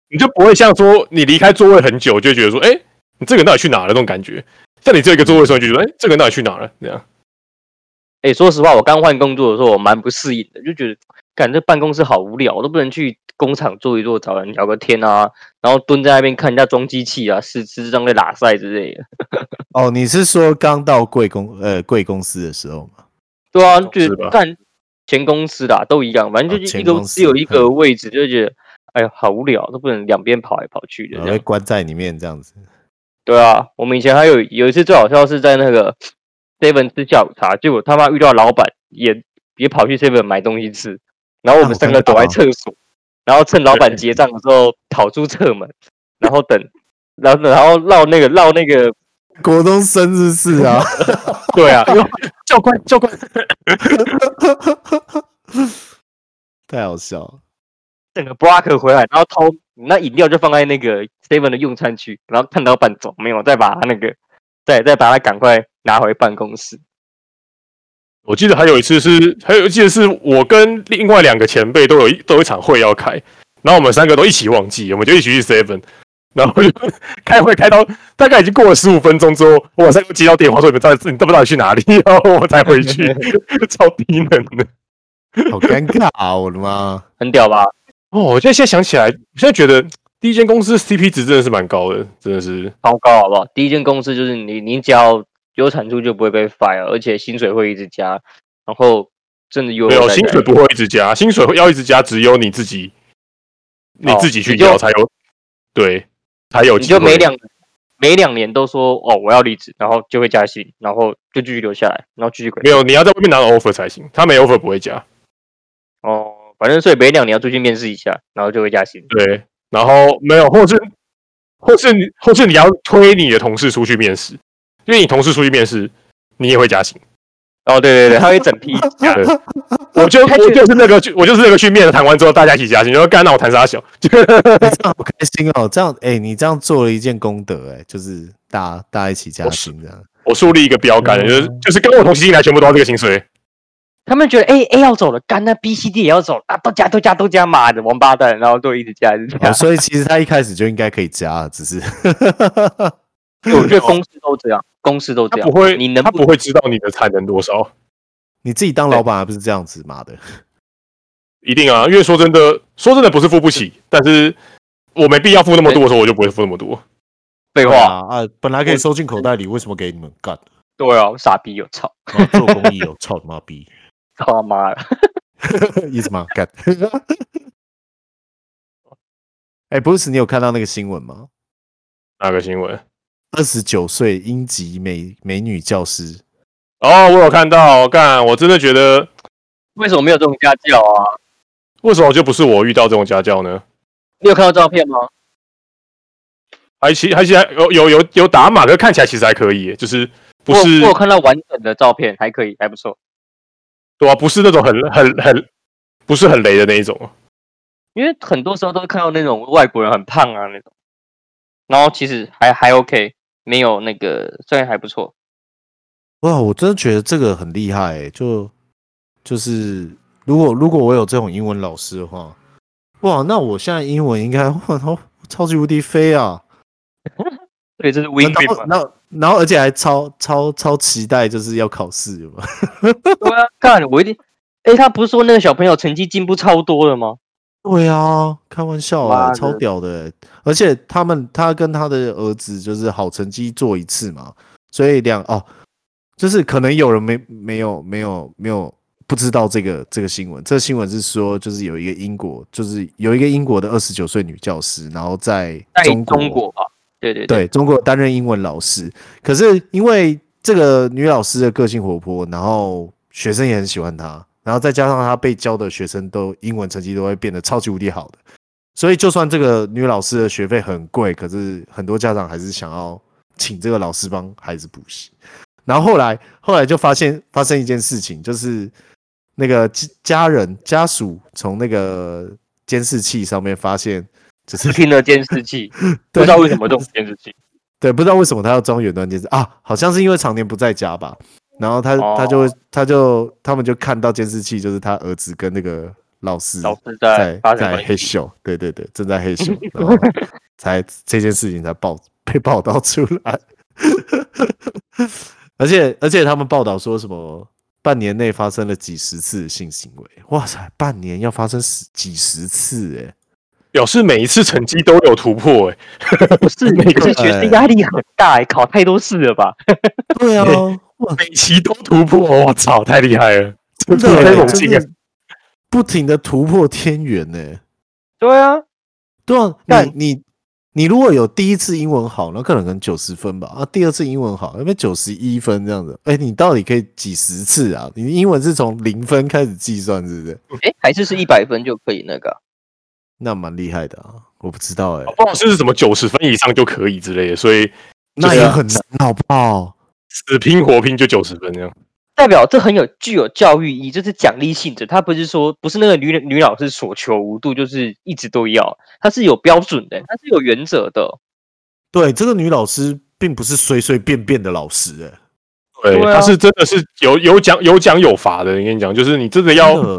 S2: 你就不会像说你离开座位很久，就会觉得说，哎、你这个人到底去哪了那种感觉。像你只有一个座位的时候，你就觉得，哎、这个人到底去哪了？这样
S3: 哎、说实话，我刚换工作的时候，我蛮不适应的，就觉得感觉办公室好无聊，我都不能去工厂坐一坐，找人聊个天啊，然后蹲在那边看人家装机器啊，是是张在拉塞之类的。
S1: 哦，你是说刚到贵公呃贵公司的时候吗？
S3: 对啊，就是是
S2: 吧
S3: 干前公司的啊、都一样，反正
S1: 哦
S3: 就是
S1: 前
S3: 一个
S1: 公司
S3: 只有一个
S1: 嗯
S3: 位置，就觉得哎呀好无聊，都不能两边跑来跑去的
S1: 然
S3: 这
S1: 后
S3: 样
S1: 被。关在里面这样子。
S3: 对啊，我们以前还有有一次最好笑是在那个 seven 吃下午茶，结果他妈遇到老板也也跑去 seven 买东西吃，然后我们三个躲在厕所，然后趁老板结账的时候跑出侧门，然后等， 然后然后绕那个绕那个，
S1: 国中生日是啊，
S2: 对啊，教官教官，
S1: 太好笑了。
S3: 整个 block 回来，然后偷那饮料就放在那个 seven 的用餐区，然后看老板走没有，再把他那个再再把他赶快拿回办公室。
S2: 我记得还有一次是，还有一次是我跟另外两个前辈都有一都有一场会要开，然后我们三个都一起忘记，我们就一起去 seven，然后就开会开到大概已经过了十五分钟之后，我晚上又接到电话说你们到底你都不知道你去哪里，然后我才回去， 超低能的。
S1: 好尴尬啊！我的妈！
S3: 很屌吧？
S2: 哦，我现在现在想起来，我现在觉得第一间公司 CP 值真的是蛮高的，真的是
S3: 超高好不好？第一间公司就是你，你只要有产出就不会被 fire，而且薪水会一直加，然后真的有
S2: 没有
S3: 在
S2: 薪水不会一直加，薪水会要一直加，只有你自己你
S3: 哦
S2: 自己去
S3: 你就
S2: 要才有，对，才有
S3: 你
S2: 机
S3: 就
S2: 会。
S3: 每两每两年都说哦我要离职，然后就会加薪，然后就继续留下来，然后继续滚
S2: 没有，你要在外面拿到 offer 才行，他没 offer 不会加。
S3: 哦，反正所以每两年要出去面试一下，然后就会加薪。
S2: 对，然后没有，或是或是你或是你要推你的同事出去面试，因为你同事出去面试，你也会加薪。
S3: 哦，对对对，他会整批 加
S2: 对，我就我就是那个去，我就是那个去面了谈完之后，大家一起加薪，然后干那我谈啥小，就
S1: 你这样好开心哦！这样，哎、你这样做了一件功德、哎，就是大家大家一起加薪这 样。
S2: 我树立一个标
S3: 嗯
S2: 杆，就是就是跟我同期进来全部都要这个薪水。
S3: 他们觉得 A A 要走了，干那 B C D 也要走了啊，都加都加都加，妈的王八蛋，然后都一直加一直加
S1: 哦，。所以其实他一开始就应该可以加了，只是
S3: 因为我觉得公司都这样，公司都
S2: 他
S3: 这样，
S2: 不会，
S3: 你能
S2: 他不会知道你的产能多少？
S1: 你自己当老板还不是这样子，妈的！
S2: 一定啊，因为说真的，说真的不是付不起，但是我没必要付那么多的时候，我就不会付那么多。
S3: 废
S1: 对
S3: 话？
S1: 啊，啊，本来可以收进口袋里，为什么给你们干？
S3: 对啊，傻逼有操，
S1: 然后做公益哦，操你妈 逼！
S3: 操他妈的！
S1: 一直骂干。哎、b r u c e 你有看到那个新闻吗？
S2: 哪个新闻？
S1: 二十九岁英籍美美女教师，
S2: 哦，我有看到，干，我真的觉得
S3: 为什么没有这种家教啊？
S2: 为什么就不是我遇到这种家教呢？
S3: 你有看到照片吗？
S2: 还其还其还有有有有打码，可是看起来其实还可以耶，就是不
S3: 我
S2: 是
S3: 我有看到完整的照片，还可以，还不错。
S2: 对啊，不是那种很很很不是很雷的那一种。
S3: 因为很多时候都会看到那种外国人很胖啊那种，然后其实还还 OK，没有那个虽然还不错。
S1: 哇，我真的觉得这个很厉害欸、就就是如果如果我有这种英文老师的话，哇，那我现在英文应该哇超超级无敌飞啊！
S3: 对，这是 win
S1: 然
S3: win
S1: 后
S3: 嘛？
S1: 然后然后而且还超超超期待，就是要考试嘛。
S3: 对啊，干我一定。哎，他不是说那个小朋友成绩进步超多了吗？
S1: 对啊，开玩笑啊，
S4: 妈
S1: 超
S4: 的
S1: 屌的欸！而且他们他跟他的儿子就是好成绩做一次嘛，所以两哦，就是可能有人没没有没有没有不知道这个这个新闻，这个新闻是说就是有一个英国就是有一个英国的二十九岁女教师，然后在
S3: 在
S1: 中国
S3: 中国吧？对对
S1: 对中国担任英文老师，可是因为这个女老师的个性活泼，然后学生也很喜欢她，然后再加上她被教的学生都英文成绩都会变得超级无敌好的，所以就算这个女老师的学费很贵，可是很多家长还是想要请这个老师帮孩子补习。然后后来后来就发现发生一件事情，就是那个家家人家属从那个监视器上面发现，就是
S3: 听了监 视器，
S2: 不知道为什么这种监视器，
S1: 对，不知道为什么他要装远端监视啊，好像是因为常年不在家吧。然后他、他就
S3: 哦
S1: 会他就他们就看到监视器，就是他儿子跟那个老师
S3: 老师
S1: 在
S3: 在发生
S1: 在
S3: 关
S1: 黑
S3: 系，
S1: 秀，对对对，正在黑 秀，然后才这件事情才报被报道出来。 而且而且他们报道说什么半年内发生了几十次性行为，哇塞，半年要发生十几十次哎、
S2: 表示每一次成绩都有突破、欸，
S3: 不是每
S1: 个
S3: 个学生压力很大欸，考太多试了吧？
S1: 对啊，哇
S2: 每期都突破，我操，太厉害了，
S1: 真的、
S2: 突飞
S1: 欸，
S2: 猛进
S1: 真
S2: 啊
S1: 的！不停的突破天元呢、
S3: 对啊，
S1: 对啊，
S3: 但
S1: 你你你如果有第一次英文好，那可能可能九十分吧，啊，第二次英文好，那边九十一分这样子，哎、你到底可以几十次啊？你英文是从零分开始计算，是不是？
S3: 哎，
S4: 还是是一百分就可以那个啊、
S1: 那蛮厉害的啊，我不知道哎、
S2: 不好是什么九十分以上就可以之类的，所以
S1: 那
S2: 就是
S1: 也很难，好不好？
S2: 死拼活拼就九十分这样。
S3: 代表这很有具有教育意义，这是奖励性质。他不是说不是那个女女老师所求无度，就是一直都要，他是有标准的，他是有原则的。
S1: 对，这个女老师并不是随随便便的老师、哎，
S2: 对，
S3: 对啊
S2: 他是真的是有有奖有奖有罚的，我跟你讲，就是你真的要
S1: 真的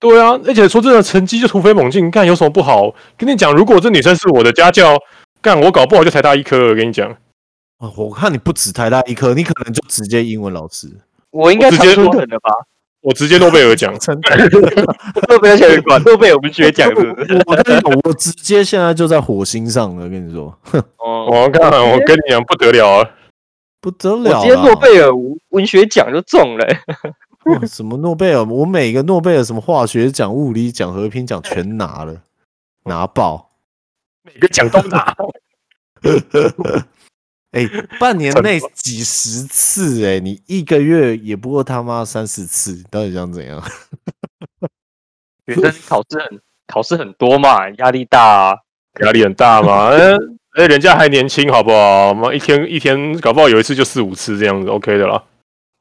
S2: 对啊，而且说真的，成绩就突飞猛进，干有什么不好？跟你讲，如果这女生是我的家教，干我搞不好就台大一科了。跟你讲，
S1: 啊我看你不止台大一科，你可能就直接英文老师，。
S3: 我应该
S2: 我直
S3: 常
S2: 接
S3: 春
S2: 说
S3: 藤的吧？
S2: 我直接诺贝尔奖
S1: 真的。
S3: 诺贝尔奖学馆，诺贝尔文学奖是不是？
S1: 我跟你讲，我直接现在就在火星上了，跟你说
S3: 哦，
S2: 我看，我跟你讲不得了啊！
S1: 不得
S3: 我
S1: 了、啊，
S3: 直接诺贝尔文学奖就中了。
S1: 哇 什么诺贝尔，我每个诺贝尔什么化学奖、物理奖、和平奖全拿了，拿爆！
S2: 每个奖都拿，
S1: 哎、半年内几十次、哎，你一个月也不过他妈三四次，到底想怎样？
S3: 学生考试很考试很多嘛，压力大啊。
S2: 压力很大嘛。呃哎，人家还年轻，好不好？妈，一天一天，搞不好有一次就四五次这样子，OK 的啦。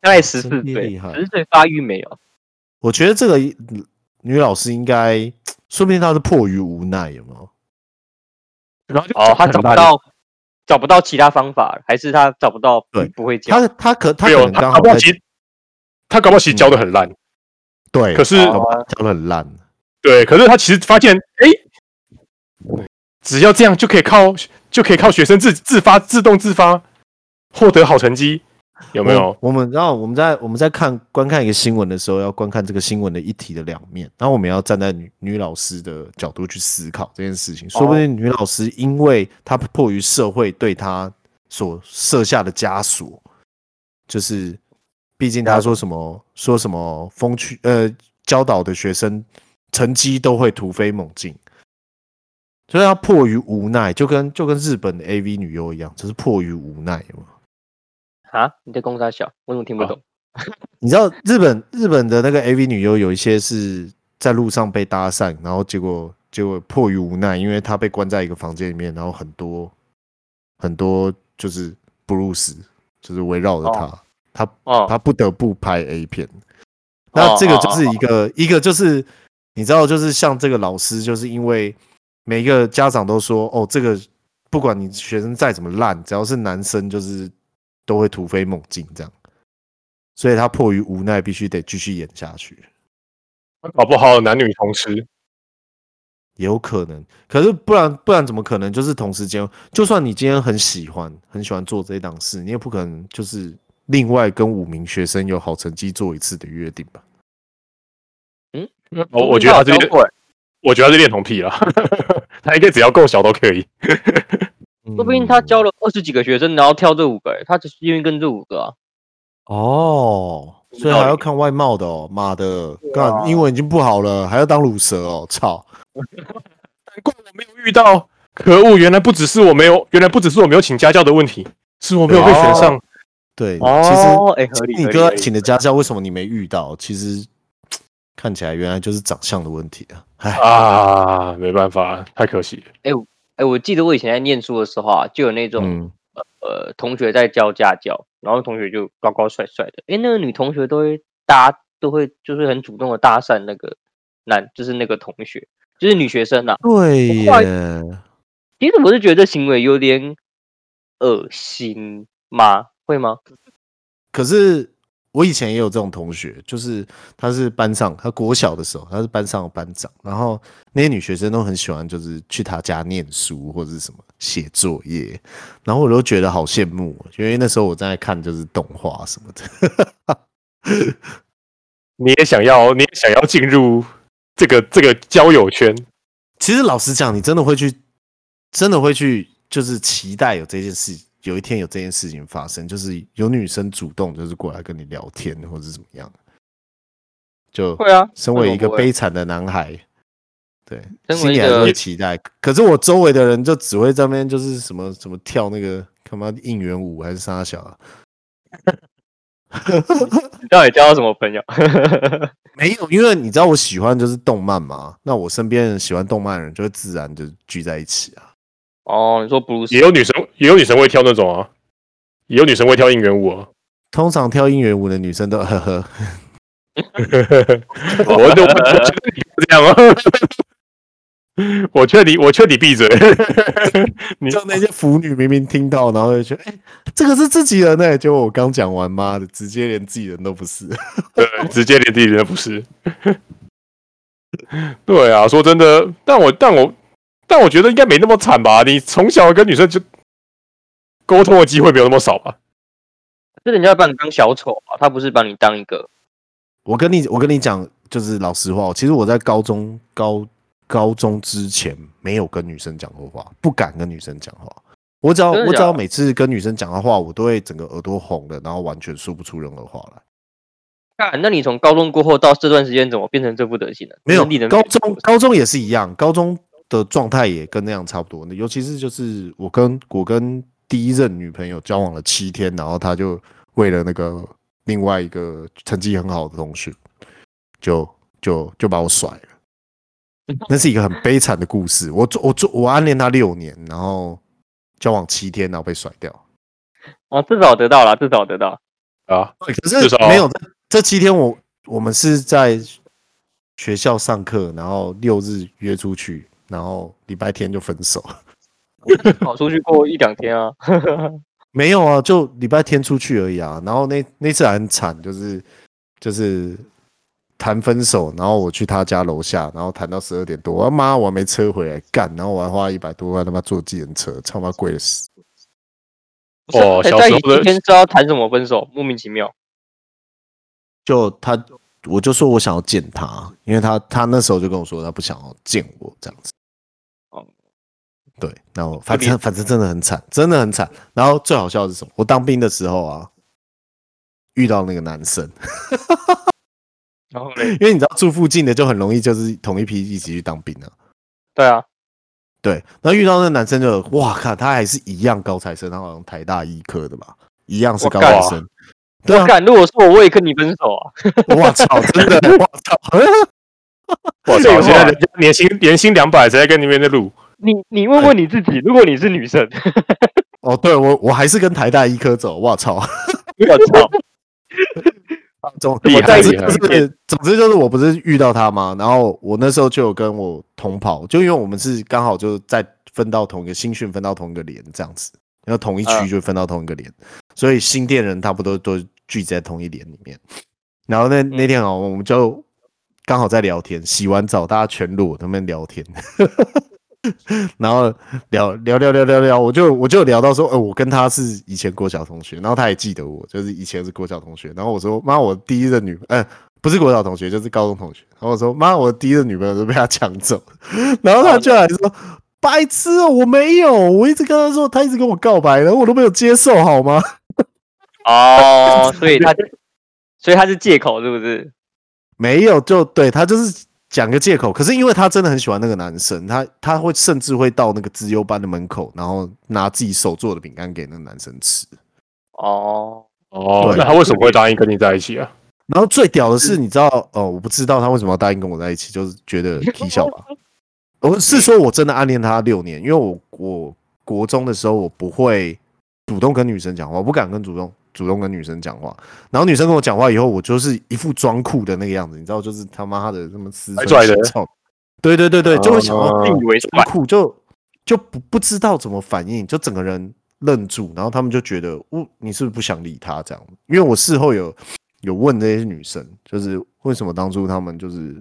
S3: 大概十四
S1: 真
S3: 岁，
S1: 厉害
S3: 十四岁发育没有？
S1: 我觉得这个嗯女老师应该，说不定她是迫于无奈，有没有？
S2: 然后就
S3: 哦，他找不到找不到其他方法，还是他找不到
S1: 对
S3: 不会教？
S1: 她她可她
S2: 没
S1: 可
S2: 有，
S1: 能
S2: 他
S1: 刚
S2: 搞
S1: 好
S2: 不好
S1: 在
S2: 其实他搞不好其实教的很烂，
S1: 对，
S2: 可是
S1: 搞不好教的很烂，
S2: 对，可是他其实发现，哎、只要这样就可以靠就可以靠学生自自发自动自发获得好成绩，有没有
S1: 我？我们然后我们在我们在看观看一个新闻的时候，要观看这个新闻的一体的两面，然后我们要站在女女老师的角度去思考这件事情。
S2: 哦
S1: 说不定女老师因为她迫于社会对她所设下的枷锁，就是毕竟她说什么说什么风趣呃教导的学生成绩都会突飞猛进。所以她迫于无奈，就跟就跟日本的 AV 女优一样，就是迫于无奈嘛。
S3: 啊，你在公差小，我怎么听不
S2: 啊
S3: 懂？
S1: 你知道日本日本的那个 AV 女优有一些是在路上被搭讪，然后结果结果迫于无奈，因为她被关在一个房间里面，然后很多很多就是布鲁斯就是围绕着她，她
S3: 哦，
S1: 她不得不拍 A 片。
S3: 哦
S1: 那这个就是一个一个就是你知道，就是像这个老师，就是因为每一个家长都说，哦，这个不管你学生再怎么烂，只要是男生就是都会突飞猛进这样。所以他迫于无奈，必须得继续演下去。
S2: 搞不好男女同吃，
S1: 也有可能，可是不然不然怎么可能？就是同时间，就算你今天很喜欢很喜欢做这档事，你也不可能就是另外跟五名学生有好成绩做一次的约定吧？
S2: 我我觉得他这
S4: 交
S2: 边
S3: 欸
S4: 换
S2: 我觉得他是恋童癖啦， 他应该只要够小都可以。
S3: 说不定他教了二十几个学生，然后挑这五个，欸他只是因为跟这五个啊。
S1: 哦，所以还要看外貌的哦。妈的，
S3: 啊
S1: 干英文已经不好了，还要当乳蛇哦！操，
S2: 难怪我没有遇到，可恶！原来不只是我没有，原来不只是我没有请家教的问题，是我没有被选上。
S1: 啊对，
S3: 哦，哎，合
S1: 其
S3: 理
S1: 实你
S3: 合理
S1: 哥
S3: 合
S1: 爱
S3: 理。
S1: 请的家教为什么你没遇到？其实看起来原来就是长相的问题啊！唉，
S2: 啊，没办法，太可惜了。
S3: 哎，我记得我以前在念书的时候啊，就有那种
S1: 嗯，
S3: 呃同学在教家教，然后同学就高高帅帅的，哎，那个女同学都会搭，都会就是很主动的搭讪那个男，就是那个同学，就是女学生呐。
S1: 对
S3: 我后来
S1: 耶，
S3: 其实我是觉得这行为有点恶心吗？会吗？
S1: 可是我以前也有这种同学，就是他是班上，他国小的时候他是班上的班长，然后那些女学生都很喜欢，就是去他家念书或者是什么写作业，然后我都觉得好羡慕哦，因为那时候我正在看就是动画什么的。
S2: 你也想要，你也想要进入这个这个交友圈，
S1: 其实老实讲，你真的会去，真的会去，就是期待有这件事，有一天有这件事情发生，就是有女生主动就是过来跟你聊天或者是怎么样，就
S3: 会啊，
S1: 身为一个
S3: 为什么不会
S1: 悲惨的男孩，对，
S3: 身为
S1: 心里
S3: 一
S1: 还是
S3: 个
S1: 会期待。可是我周围的人就只会在那边就是什么什么跳那个他妈应援舞还是啥小、啊，
S3: 你到底交到什么朋友？
S1: 没有，因为你知道我喜欢就是动漫嘛，那我身边喜欢动漫的人就会自然就聚在一起啊。
S3: 哦，你说布鲁斯
S2: 也有女生，也有女生会跳那种啊，也有女生会跳应援舞啊。
S1: 通常跳应援舞的女生都 呵呵，哦
S2: 我就我觉得你不这样啊， 我劝你，我劝 你闭嘴。你
S1: 像那些腐女明明听到，然后就觉得，哎、这个是自己人呢、欸结果我刚讲完，妈的，直接连自己人都不是。
S2: 对，直接连自己人都不是。 对啊，说真的，但我但我但我觉得应该没那么惨吧？你从小跟女生就沟通的机会没有那么少吧？
S3: 是人家把你当小丑啊，他不是把你当一个
S1: 我跟你，我跟你讲，就是老实话，其实我在高中高高中之前没有跟女生讲过话，不敢跟女生讲话。我只要
S3: 真的
S1: 我只
S3: 假的
S1: 要每次跟女生讲的话，我都会整个耳朵红了，然后完全说不出任何话来。
S3: 干。那你从高中过后到这段时间，怎么变成这副德行呢？
S1: 没有
S3: 你能
S1: 高中，高中也是一样，高中的状态也跟那样差不多。尤其是就是我跟我跟第一任女朋友交往了七天，然后她就为了那个另外一个成绩很好的同学，就就就把我甩了。那是一个很悲惨的故事。我做我做我暗恋她六年，然后交往七天，然后被甩掉。
S3: 哦，至少得到了，至少得到。
S2: 啊，
S1: 对，可
S2: 至
S1: 是
S2: 少
S1: 没有这这七天我我们是在学校上课，然后六日约出去，然后礼拜天就分手。
S3: 跑哦出去过一两天啊，
S1: 没有啊，就礼拜天出去而已啊。然后那那次还很惨，就是就是谈分手，然后我去他家楼下，然后谈到十二点多，我妈我还没车回来干，然后我还花一百多万他妈坐计程车，他妈贵的死。
S3: 不是啊
S2: 哦
S3: 才
S2: 小时
S3: 在一
S2: 候
S3: 起
S2: 的
S3: 之前知道谈什么分手，莫名其妙。
S1: 就他我就说我想要见他，因为他他那时候就跟我说他不想要见我这样子。
S3: 哦，
S1: 对，然后反正反正真的很惨，真的很惨。然后最好笑的是什么？我当兵的时候啊，遇到那个男生，
S3: 然后嘞，
S1: 因为你知道住附近的就很容易就是同一批一起去当兵啊。
S3: 对啊，
S1: 对，然后遇到那个男生就哇靠，他还是一样高材生，他好像台大医科的吧，一样是
S3: 我
S1: 高材
S2: 靠
S1: 生。对啊，
S3: 干，如果是我，我也跟你分手啊。
S1: 我操， 哦真 的，我操，
S2: 我
S3: 废
S2: 操！
S3: 话
S2: 现在人家年薪年薪两百，谁在跟你们在录？
S3: 你你问问你自己，如果你是女生，
S1: 哦，对我我还是跟台大医科走，我操。
S3: 我操，
S1: 总
S2: 厉
S3: 害
S1: 总之
S2: 厉害
S1: 就是，总之就是，我不是遇到他嘛，然后我那时候就有跟我同跑，就因为我们是刚好就在分到同一个新训，分到同一个连这样子，然后同一区
S3: 嗯
S1: 就分到同一个连，所以新店人差不多都聚在同一帘里面。然后那
S2: 嗯
S1: 那天啊，我们就刚好在聊天，洗完澡大家全裸他们聊天，然后聊聊聊聊聊聊，我就我就聊到说，呃，我跟他是以前国小同学，然后他也记得我，就是以前是国小同学。然后我说，妈，我第一任女，呃，不是国小同学，就是高中同学。然后我说，妈，我第一任女朋友都被他抢走， 然后他居然还说。白痴哦、我没有，我一直跟他说，他一直跟我告白，然后我都没有接受，好吗？
S3: 哦，所以他，所以他是借口是不是？
S1: 没有，就对他就是讲个借口。可是因为他真的很喜欢那个男生，他他会甚至会到那个资优班的门口，然后拿自己手做的饼干给那个男生吃。
S3: 哦，
S2: 哦，
S1: 对
S2: 那他为什么会答应跟你在一起啊？
S1: 然后最屌的
S2: 嗯
S1: 是，你知道哦，我不知道他为什么要答应跟我在一起，就是觉得踢笑 吧。我是说我真的暗恋他六年，因为我我国中的时候我不会主动跟女生讲话，我不敢跟主动主动跟女生讲话。然后女生跟我讲话以后，我就是一副装酷的那个样子，你知道，就是他妈的这么死
S2: 拽拽的。
S1: 对对对对，就会想要
S2: 哦
S3: 自以为是
S1: 很酷，就就不不知道怎么反应，就整个人愣住，然后他们就觉得，哦，你是不是不想理他这样？因为我事后有有问这些女生，就是为什么当初他们就是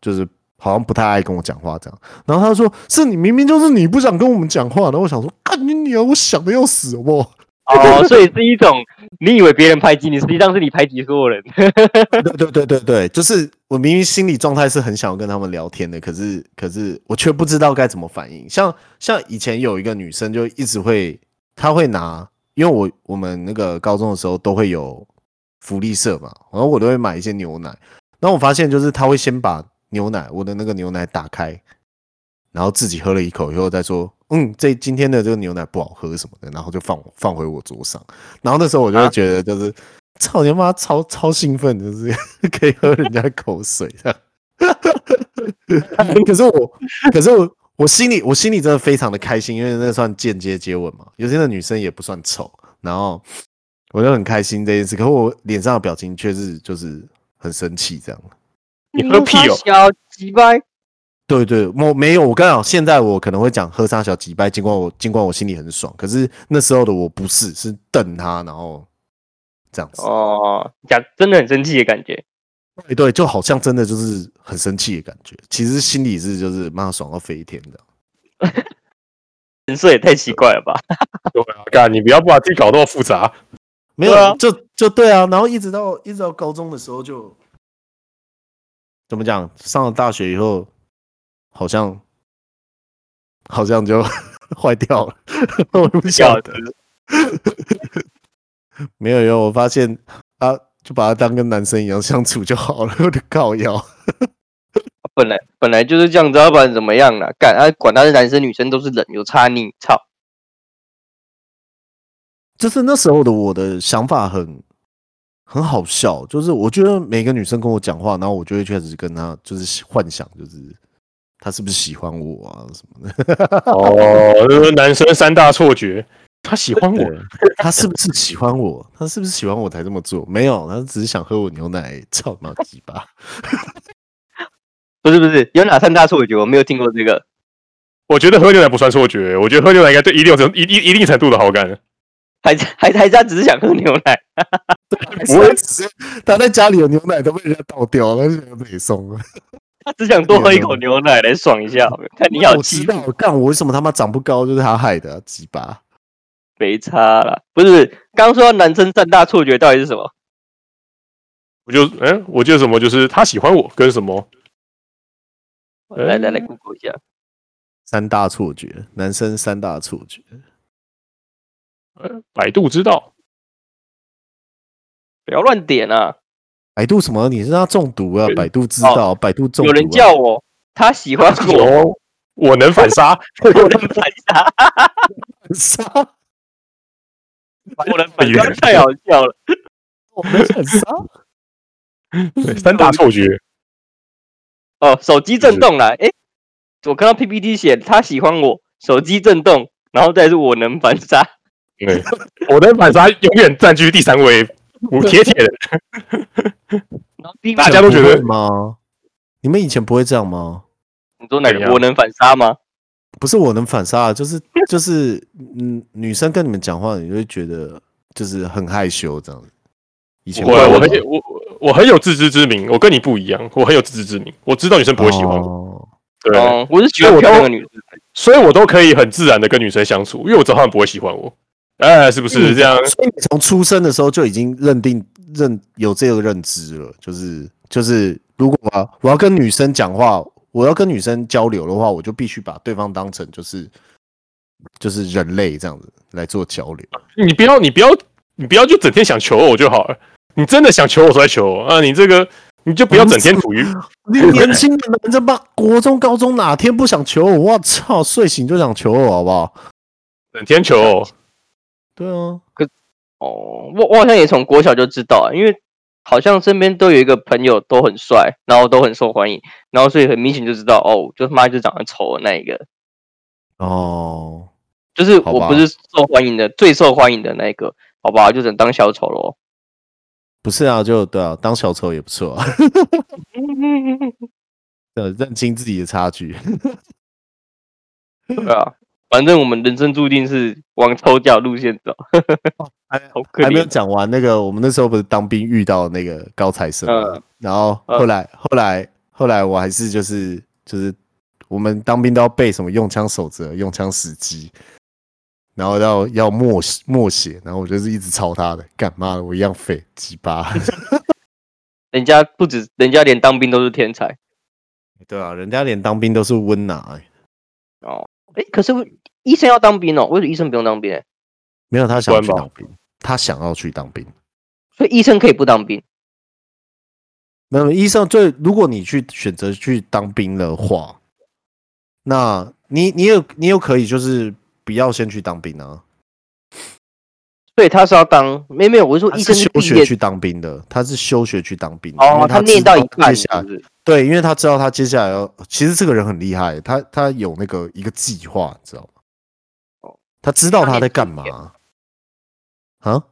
S1: 就是好像不太爱跟我讲话这样，然后他说是你明明就是你不想跟我们讲话，然后我想说，干你娘，我想的要死，好不好？
S3: 哦，所以是一种你以为别人排挤你，实际上是你排挤所有人。
S1: 对对对对对，就是我明明心理状态是很想要跟他们聊天的，可是可是我却不知道该怎么反应。像像以前有一个女生就一直会，她会拿，因为我我们那个高中的时候都会有福利社嘛，然后我都会买一些牛奶，然后我发现就是她会先把牛奶我的那个牛奶打开，然后自己喝了一口以后再说，嗯，这今天的这个牛奶不好喝什么的，然后就放放回我桌上。然后那时候我就会觉得就是。操你妈，超超兴奋，就是 可以喝人家口水 的。可是我，可是我，我心里我心里真的非常的开心，因为那算间接接吻嘛。有些那女生也不算丑，然后我就很开心这件事。可是我脸上的表情却是就是很生气这样。
S2: 你喝屁哦
S3: 小鸡掰！
S1: 对对，我没有，我刚好现在我可能会讲喝沙小几拜，尽管我尽管我心里很爽，可是那时候的我不是，是瞪他，然后这样子。
S3: 哦，讲真的很生气的感觉。
S1: 对对，就好像真的就是很生气的感觉，其实心里是就是妈爽到飞天的。
S3: 人设也太奇怪了吧？
S2: 对啊，干你不要把自己搞那么复 杂。
S1: 没有，
S2: 对啊
S1: 就就对啊，然后一直到一直到高中的时候就怎么讲，上了大学以后，好像好像就 坏掉了，我也不晓得。 没有有，我发现啊，就把他当跟男生一样相处就好了，我的靠腰。
S4: 本来本来就是这样子，要啊不然怎么样啦？干啊，管他是男生女生都是人，有差你操！
S1: 就是那时候的我的想法很很好笑，就是我觉得每个女生跟我讲话，然后我就会开始跟她就是幻想，就是她是不是喜欢我啊什么的，
S2: 哦，就是男生三大错觉，他喜欢我，
S1: 她是不是喜欢我，她是不是喜欢我才这么做？没有，她只是想喝我牛奶，操你妈鸡 巴！
S4: 不是不是，有哪三大错觉？我没有听过这个。
S2: 我觉得喝牛奶不算错觉，我觉得喝牛奶应该对一定有程一一一定程度的好感。
S4: 还是还是还是他只是想喝牛奶，
S1: 不会只是她在家里的牛奶都被人家倒掉了，她就美送了。
S4: 他只想多喝一口牛奶来爽一下。看你好
S1: 我
S4: 欺
S1: 知
S4: 负，
S1: 道，干我为什么他妈长不高，就是她害的、啊，鸡巴！
S4: 没差啦。不是，刚刚说到男生三大错觉到底是什么？
S2: 我就嗯、我觉得什么就是他喜欢我跟什么
S4: 我来来来
S2: 嗯
S4: ，Google 一下。
S1: 三大错觉，男生三大错觉。
S2: 呃百度知道，
S4: 不要乱点啊！
S1: 百度什么？你是让他中毒啊？
S2: 对
S1: 百度知
S2: 哦
S1: 道，百度
S3: 啊
S1: 中毒、啊
S4: 有人叫，我，他喜欢我，
S2: 我我能反 杀，
S4: 我能反杀，
S1: 杀，
S4: 我能反杀，太好笑了。
S1: 我们很 杀。
S2: 对三大错觉，
S4: 哦，手机震动啦，诶，我看到 PPT 写他喜欢我，手机震动，然后再是我能反杀。
S2: 对，我能反杀永远占据第三位，我铁铁 的，
S4: 然后第一
S2: 大家都觉
S1: 不
S2: 得
S1: 会吗？你们以前不会这样吗？
S4: 你说哪
S2: 怎
S4: 个
S2: 样
S4: 我能反杀吗？
S1: 不是我能反杀， 就是就是，嗯，女生跟你们讲话，你就会觉得就是很害羞这样子。以前
S2: 不会，我
S1: 很
S2: 很有我我我很有自知之明，我跟你不一样，我很有自知之明，我知道女生不会喜欢我，
S1: 哦
S2: 对，
S3: 哦，我是喜
S2: 因为
S3: 欢
S2: 我
S3: 漂亮
S2: 都
S3: 的女生，
S2: 所以我都可以很自然的跟女生相处，因为我知道她们不会喜欢我，哎，是不是这样？
S1: 所以你从出生的时候就已经认定认有这个认知了，就是就是，如果我要我要跟女生讲话，我要跟女生交流的话，我就必须把对方当成就是就是人类这样子来做交流。
S2: 你不要，你不要，你不要就整天想求偶就好了。你真的想求偶才来求偶啊！你这个你就不要整天处于
S1: 你年轻的男生吧，国中、高中哪天不想求偶？我操，睡醒就想求偶，好不好？
S2: 整天求偶，
S1: 对啊，
S3: 哦，我我好像也从国小就知道，因为好像身边都有一个朋友都很帅，然后都很受欢迎，然后所以很明显就知道，哦，就他妈就长得丑的那一个，
S1: 哦，
S3: 就是
S1: 好
S3: 我
S1: 吧
S3: 不是受欢迎的最受欢迎的那一个，好吧，就只能当小丑喽。
S1: 不是啊，就对啊，当小丑也不错啊， 呃认清自己的差距。
S3: 对啊，反正我们人生注定是往丑角路线走， 好可
S1: 哦还没有
S3: 怜。嗯
S1: 讲完那个，我们那时候不是当兵遇到那个高材生嘛，
S3: 嗯
S1: 然后
S3: 嗯
S1: 后来、后来后来我还是就是就是我们当兵都要背什么用枪守则、用枪时机，然后要要默写默写，然后我就是一直抄他的，干嘛的我一样废鸡巴。
S3: 人家不止，人家连当兵都是天才
S1: 对啊，人家连当兵都是温拿、欸，
S3: 哦。哎，可是医生要当兵哦，为什么医生不用当兵欸？
S1: 没有他想要去
S2: 关吧
S1: 当兵，他想要去当兵。
S3: 所以医生可以不当兵
S1: 那么医生最，如果你去选择去当兵的话，那你你有你有可以就是不要先去当兵啊，
S3: 对，他是要当，没有没有，我是说
S1: 他
S3: 医
S1: 是
S3: 生是
S1: 休
S3: 毕
S1: 学
S3: 业
S1: 去当兵的，他是休学去当兵的因为，
S3: 哦他
S1: 他
S3: 念
S1: 知
S3: 到
S1: 道
S3: 一半
S1: 接
S3: 是
S1: 下来
S3: 不是？
S1: 对，因为他知道他接下来要，其实这个人很厉害，他他有那个一个计划，你知道吗？
S3: 哦
S1: 他知道他在干
S3: 他念
S1: 嘛啊？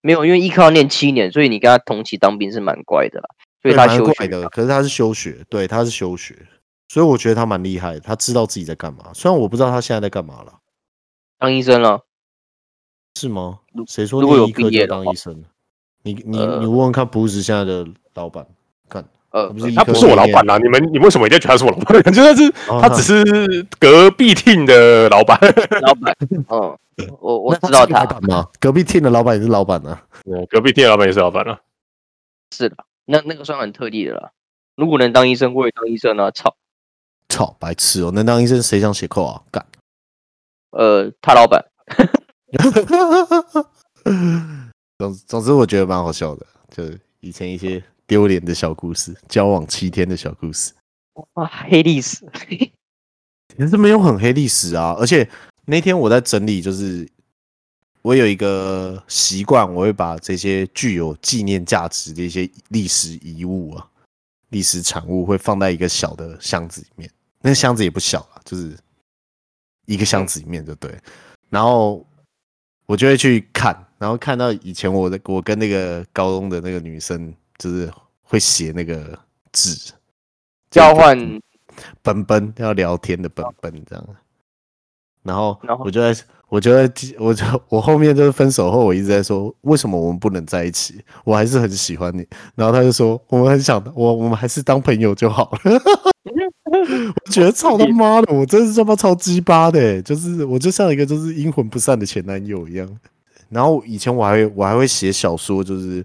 S3: 没有，因为医科要念七年，所以你跟他同期当兵是蛮乖的啦，所以
S1: 对
S3: 他
S1: 蛮
S3: 休
S1: 怪
S3: 学
S1: 的，可是他是休学，对，他是休学，所以我觉得他蛮厉害的，他知道自己在干嘛。虽然我不知道他现在在干嘛了，
S3: 当医生了。
S1: 是吗
S3: 如？
S1: 谁说
S3: 如果
S1: 念
S3: 有
S1: 医科
S3: 毕
S1: 就
S3: 业
S1: 要
S3: 的
S1: 当
S3: 话
S1: 医生？你你
S3: 呃
S1: 你问问看，朴实现在的老板，
S3: 呃，
S1: 不是医
S2: 他
S1: 科
S2: 不是我老板啊啦、你们你们为什么一定要觉得他是我老板？ 就是是
S1: 哦
S2: 他只是隔壁厅的老板，
S3: 老板，嗯，我我
S1: 那
S3: 知道
S1: 是老
S3: 他
S1: 板吗？隔壁厅的老板也是老板啊。
S2: 隔壁厅的老板也是老板了、啊
S3: 是的，那那个算很特例的啦。如果能当医生，我也当医生啊！操，
S1: 操，白痴哦！能当医生谁想写扣啊？干！
S3: 呃，他老板，
S1: 总总之，我觉得蛮好笑的，就是以前一些丢脸的小故事，交往七天的小故事。
S3: 哇，黑历史，
S1: 其实没有很黑历史啊，而且那天我在整理，就是我有一个习惯，我会把这些具有纪念价值的一些历史遗物啊、历史产物，会放在一个小的箱子里面。那个箱子也不小啊，就是一个箱子里面就对。然后我就会去看，然后看到以前我的我跟那个高中的那个女生，就是会写那个字，
S3: 交换
S1: 奔奔要聊天的奔奔这样。然后
S3: 然后
S1: 我就在，我就在，我就我后面就是分手后，我一直在说为什么我们不能在一起？我还是很喜欢你。然后他就说我们很想，我我们还是当朋友就好了。 我觉得操他妈的，我真是他妈超鸡巴的、就是我就像一个就是阴魂不散的前男友一样。然后以前我还会我还会写小说，就是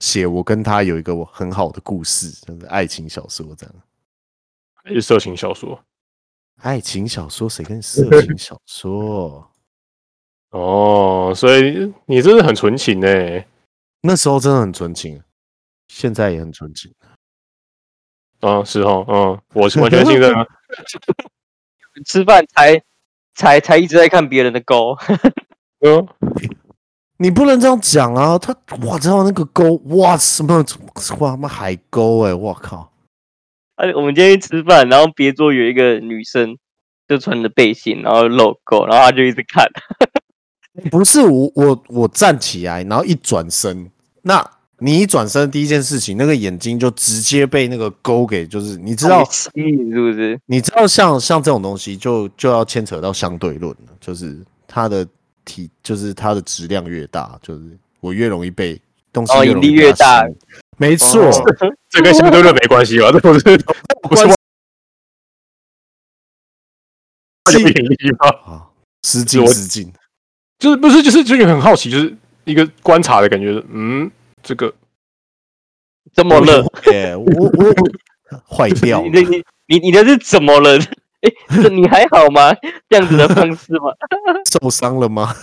S1: 写我跟他有一个我很好的故事，就是爱情小说这样。
S2: 还是色情小说
S1: 爱情小说谁跟色情小说？
S2: 哦。所以你真的很纯情哎、
S1: 那时候真的很纯情，现在也很纯情。
S2: 啊，是哦，嗯，我是完全信任啊。
S3: 吃饭才才才一直在看别人的沟，
S2: 嗯，
S1: 你不能这样讲啊！他哇，知道那个沟哇什么哇妈海沟哎、我靠！
S3: 哎，我们今天去吃饭，然后别桌有一个女生，就穿着背心，然后露沟，然后她就一直看，
S1: 不是我我我站起来，然后一转身，那你一转身第一件事情，那个眼睛就直接被那个沟给就是你知道
S3: 被吸引是不是？
S1: 你知道像像这种东西就就要牵扯到相对论了，就是它的体就是它的质量越大，就是我越容易被东西
S3: 哦
S1: 越
S3: 引
S1: 容
S3: 力
S1: 易
S3: 越
S1: 被它吸引，没错，
S3: 哦
S2: 这跟相对论没关系吧？这 不是不是
S1: 进
S2: 引力吗？
S1: 啊，失敬
S2: 我
S1: 失敬，
S2: 就是不是就是就是很好奇，就是一个观察的感觉。嗯，这个
S5: 怎么了？
S1: 耶，我我我 坏掉
S5: 你的
S1: 了，
S5: 你你你的是怎么了？哎、这你还好吗？这样子的方式吗？
S1: 受伤了吗？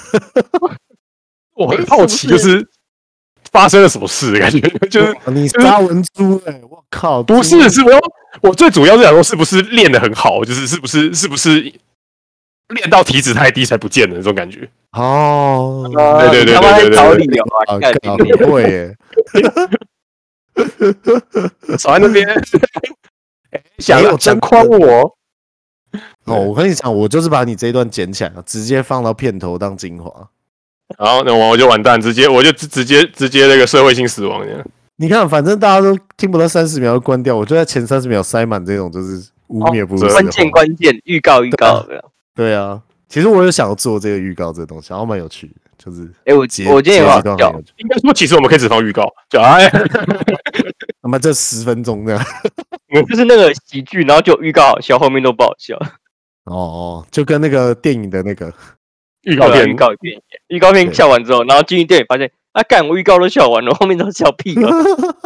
S2: 我很
S5: 诶
S2: 好
S5: 是
S2: 奇，就
S5: 不是
S2: 是发生了什么事的感觉， 就是
S1: 哇你杀文珠哎，我靠，
S2: 不
S1: 真
S2: 是
S1: 的
S2: 是我要我最主要是想说，是不是练得很好，就是是不是是不是练到体脂太低才不见的那种感觉？
S1: 哦，
S3: 啊
S2: 对对对
S3: 你他妈在
S2: 对对
S3: 找
S2: 对
S3: 理由啊！
S1: 啊，
S3: 干
S1: 靠
S3: 你
S1: 会耶，
S2: 少在那边 诶想
S1: 没有
S2: 想
S1: 真的
S2: 诓我，
S1: 哦，我跟你讲，我就是把你这一段剪起来，直接放到片头当精华。
S2: 然后那我我就完蛋，直接我就直直接直接那个社会性死亡这样。
S1: 你看，反正大家都听不到三十秒就关掉，我就在前三十秒塞满这种就是污蔑不如、
S2: 哦
S3: 关键，关键预告预告。哎、
S1: 对啊。其实我有想要做这个预告这个东西，然后蛮有趣的，就是
S3: 我我
S1: 截
S3: 今天也
S1: 截
S3: 很
S1: 几
S3: 好
S1: 段
S3: 笑
S1: 很，有趣
S2: 应该说，其实我们可以只放预告，就哎，
S1: 那么这十分钟这样，
S5: 就是那个喜剧，然后就预告好笑，后面都不好笑。
S1: 哦哦，就跟那个电影的那个，
S2: 预告
S5: 对啊
S2: 片
S5: 预告片，预告片
S1: 对
S5: 笑完之后，然后进去电影发现，啊，干，我预告都笑 完了，后面都笑屁
S3: 哦
S5: 了。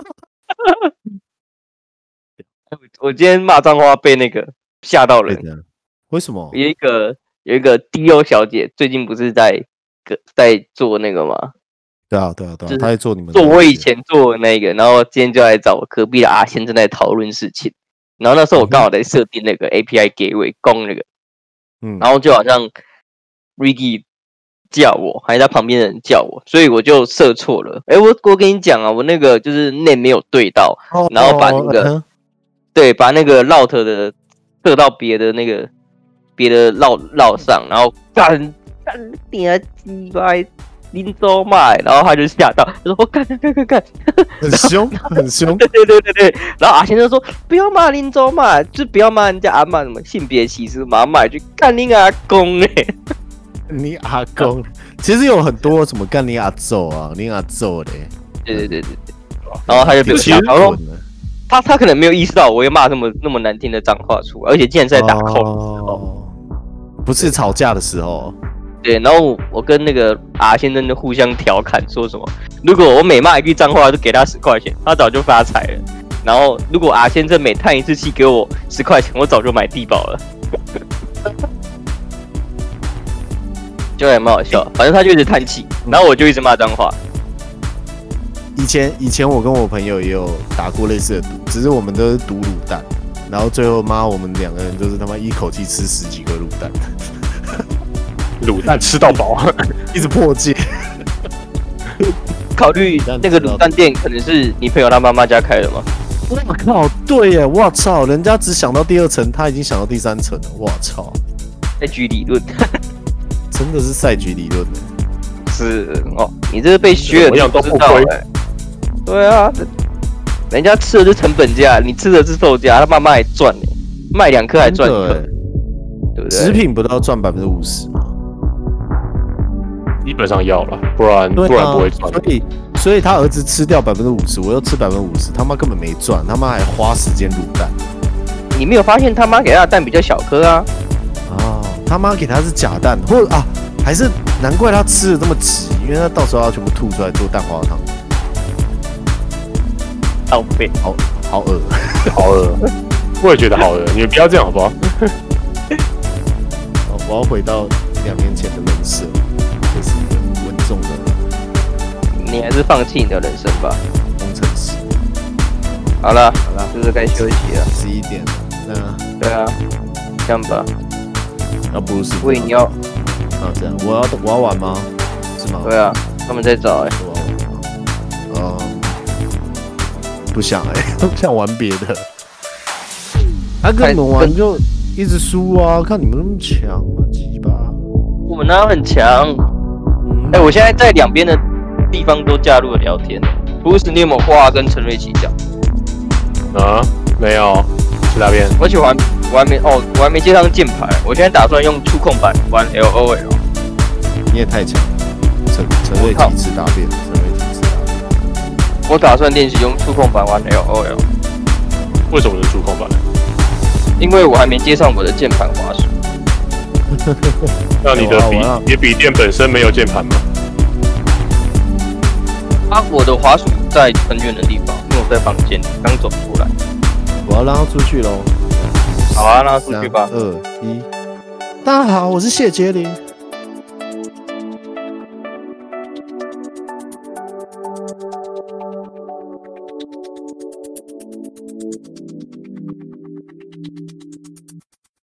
S3: 我今天骂脏话被那个吓到人。
S1: 啊为什么？
S3: 有一个有一个 D.O 小姐最近不是在个在做那个吗？
S1: 对啊对啊对
S3: 就
S1: 啊，
S3: 是
S1: 他在做你们的
S3: 做
S1: 那
S3: 我以
S1: 些
S3: 前做的那个，然后今天就来找我隔壁的阿先正在讨论事情。然后那时候我刚好在设定那个 API 给尾供那个，
S1: 嗯，
S3: 然后就好像 Ricky 叫我，还是他旁边的人叫我，所以我就设错了。哎，我我跟你讲啊，我那个就是 name 没有对到，
S1: 哦
S3: 然后把那个
S1: 嗯
S3: 对，把那个 route 的射到别的那个别的绕绕上，然后干干你啊鸡巴林州麦，然后他就吓到，他说我干干干干干，
S1: 很凶很凶，
S3: 对对对对对，然后阿先生说不要骂林州嘛，就不要骂人家阿骂什么性别歧视嘛，骂一句干你阿公哎、欸，
S1: 你阿公其实有很多什么干你阿揍啊，你阿揍嘞，
S3: 对对对对对，然后他就被我
S2: 其
S3: 吓
S2: 实
S3: 到，然后
S1: 滚了
S3: 他他可能没有意识到我会骂那么那么难听的脏话出来，而且竟然是在打 call 的时候。
S1: 哦，不是吵架的时候，
S3: 对，然后我我跟那个阿先生就互相调侃，说什么如果我每骂一句脏话就给他十块钱，他早就发财了。然后如果阿先生每叹一次气给我十块钱，我早就买地堡了。就还蛮好笑，反正他就一直叹气，然后我就一直骂脏话。
S1: 以前以前我跟我朋友也有打过类似的赌，只是我们都是赌卤蛋，然后最后妈我们两个人就是他妈一口气吃十几个卤蛋，
S2: 卤蛋吃到饱。
S1: 一直破戒。
S3: 考虑
S1: 这样
S3: 那个
S1: 知道
S3: 卤蛋店可能是你朋友他妈妈家开的吗？
S1: 我靠，对耶，我操，人家只想到第二层，他已经想到第三层了，我操，
S3: 在举理论
S1: 真的是赛局理论耶
S3: 是哦，你这是被学
S2: 怎么
S3: 人
S2: 样
S3: 不
S2: 都
S3: 知
S2: 不
S3: 道
S2: 亏
S3: 哎、对啊，这人家吃的是成本价，你吃的是售价，他妈妈还赚呢、卖两颗还赚一
S1: 真
S3: 颗
S1: 的耶，哎
S3: 对不
S1: 食
S3: 对？
S1: 品不到赚百分之五十吗？
S2: 基本上要了，不然、
S1: 对
S2: 不然
S1: 啊，
S2: 不会赚。
S1: 所以所以他儿子吃掉百分之五十，我又吃百分之五十，他妈根本没赚，他妈还花时间卤蛋
S3: 你没有发现他妈给他的蛋比较小颗啊？
S1: 哦，他妈给他是假蛋，或啊，还是难怪他吃的这么急，因为他到时候要全部吐出来做蛋花汤，
S3: 浪费。
S1: 好好恶。
S2: 好了，我也觉得好了，你们不要这样好不好？
S1: 好 我要回到两年前的人设，这是一个稳重的
S3: 你还是放弃你的人生吧。
S1: 工程师。
S3: 好了，
S1: 好啦，
S3: 就是该休息了。
S1: 十一点了，那
S3: 对啊，这样吧。
S1: 要不如是
S3: 喂，你要哦
S1: 啊这样，我要我要玩吗？是吗？
S3: 对啊，他们在找哎、
S1: 我要玩吗。嗯，不想 哎、欸，想玩别的。他、跟
S3: 太
S1: 你们玩就一直输啊，看你们那么强啊，鸡巴。
S3: 我们呢很强。
S1: 嗯
S3: 哎、我现在在两边的地方都加入了聊天。不是你有没有话跟陈瑞琪讲？
S2: 啊，没有，去那边。
S3: 而且我还我还没哦，我还没接上键盘，我现在打算用触控板玩 L O L。
S1: 你也太强了，陈陈瑞
S3: 我靠
S1: 几次答辩，陈瑞几次答辩。
S3: 我打算练习用触控板玩 L O L，
S2: 为什么是触控板？
S3: 因为我还没接上我的键盘滑鼠。
S2: 那你的
S1: 有啊
S2: 笔
S1: 我要，
S2: 你笔电本身没有键盘吗？
S3: 啊，我的滑鼠在很远的地方，因为我在房间里刚走出来。
S1: 我要让他出去喽。
S3: 好啊，那出
S1: 三
S3: 去吧。
S1: 二一，大家好，我是谢杰林。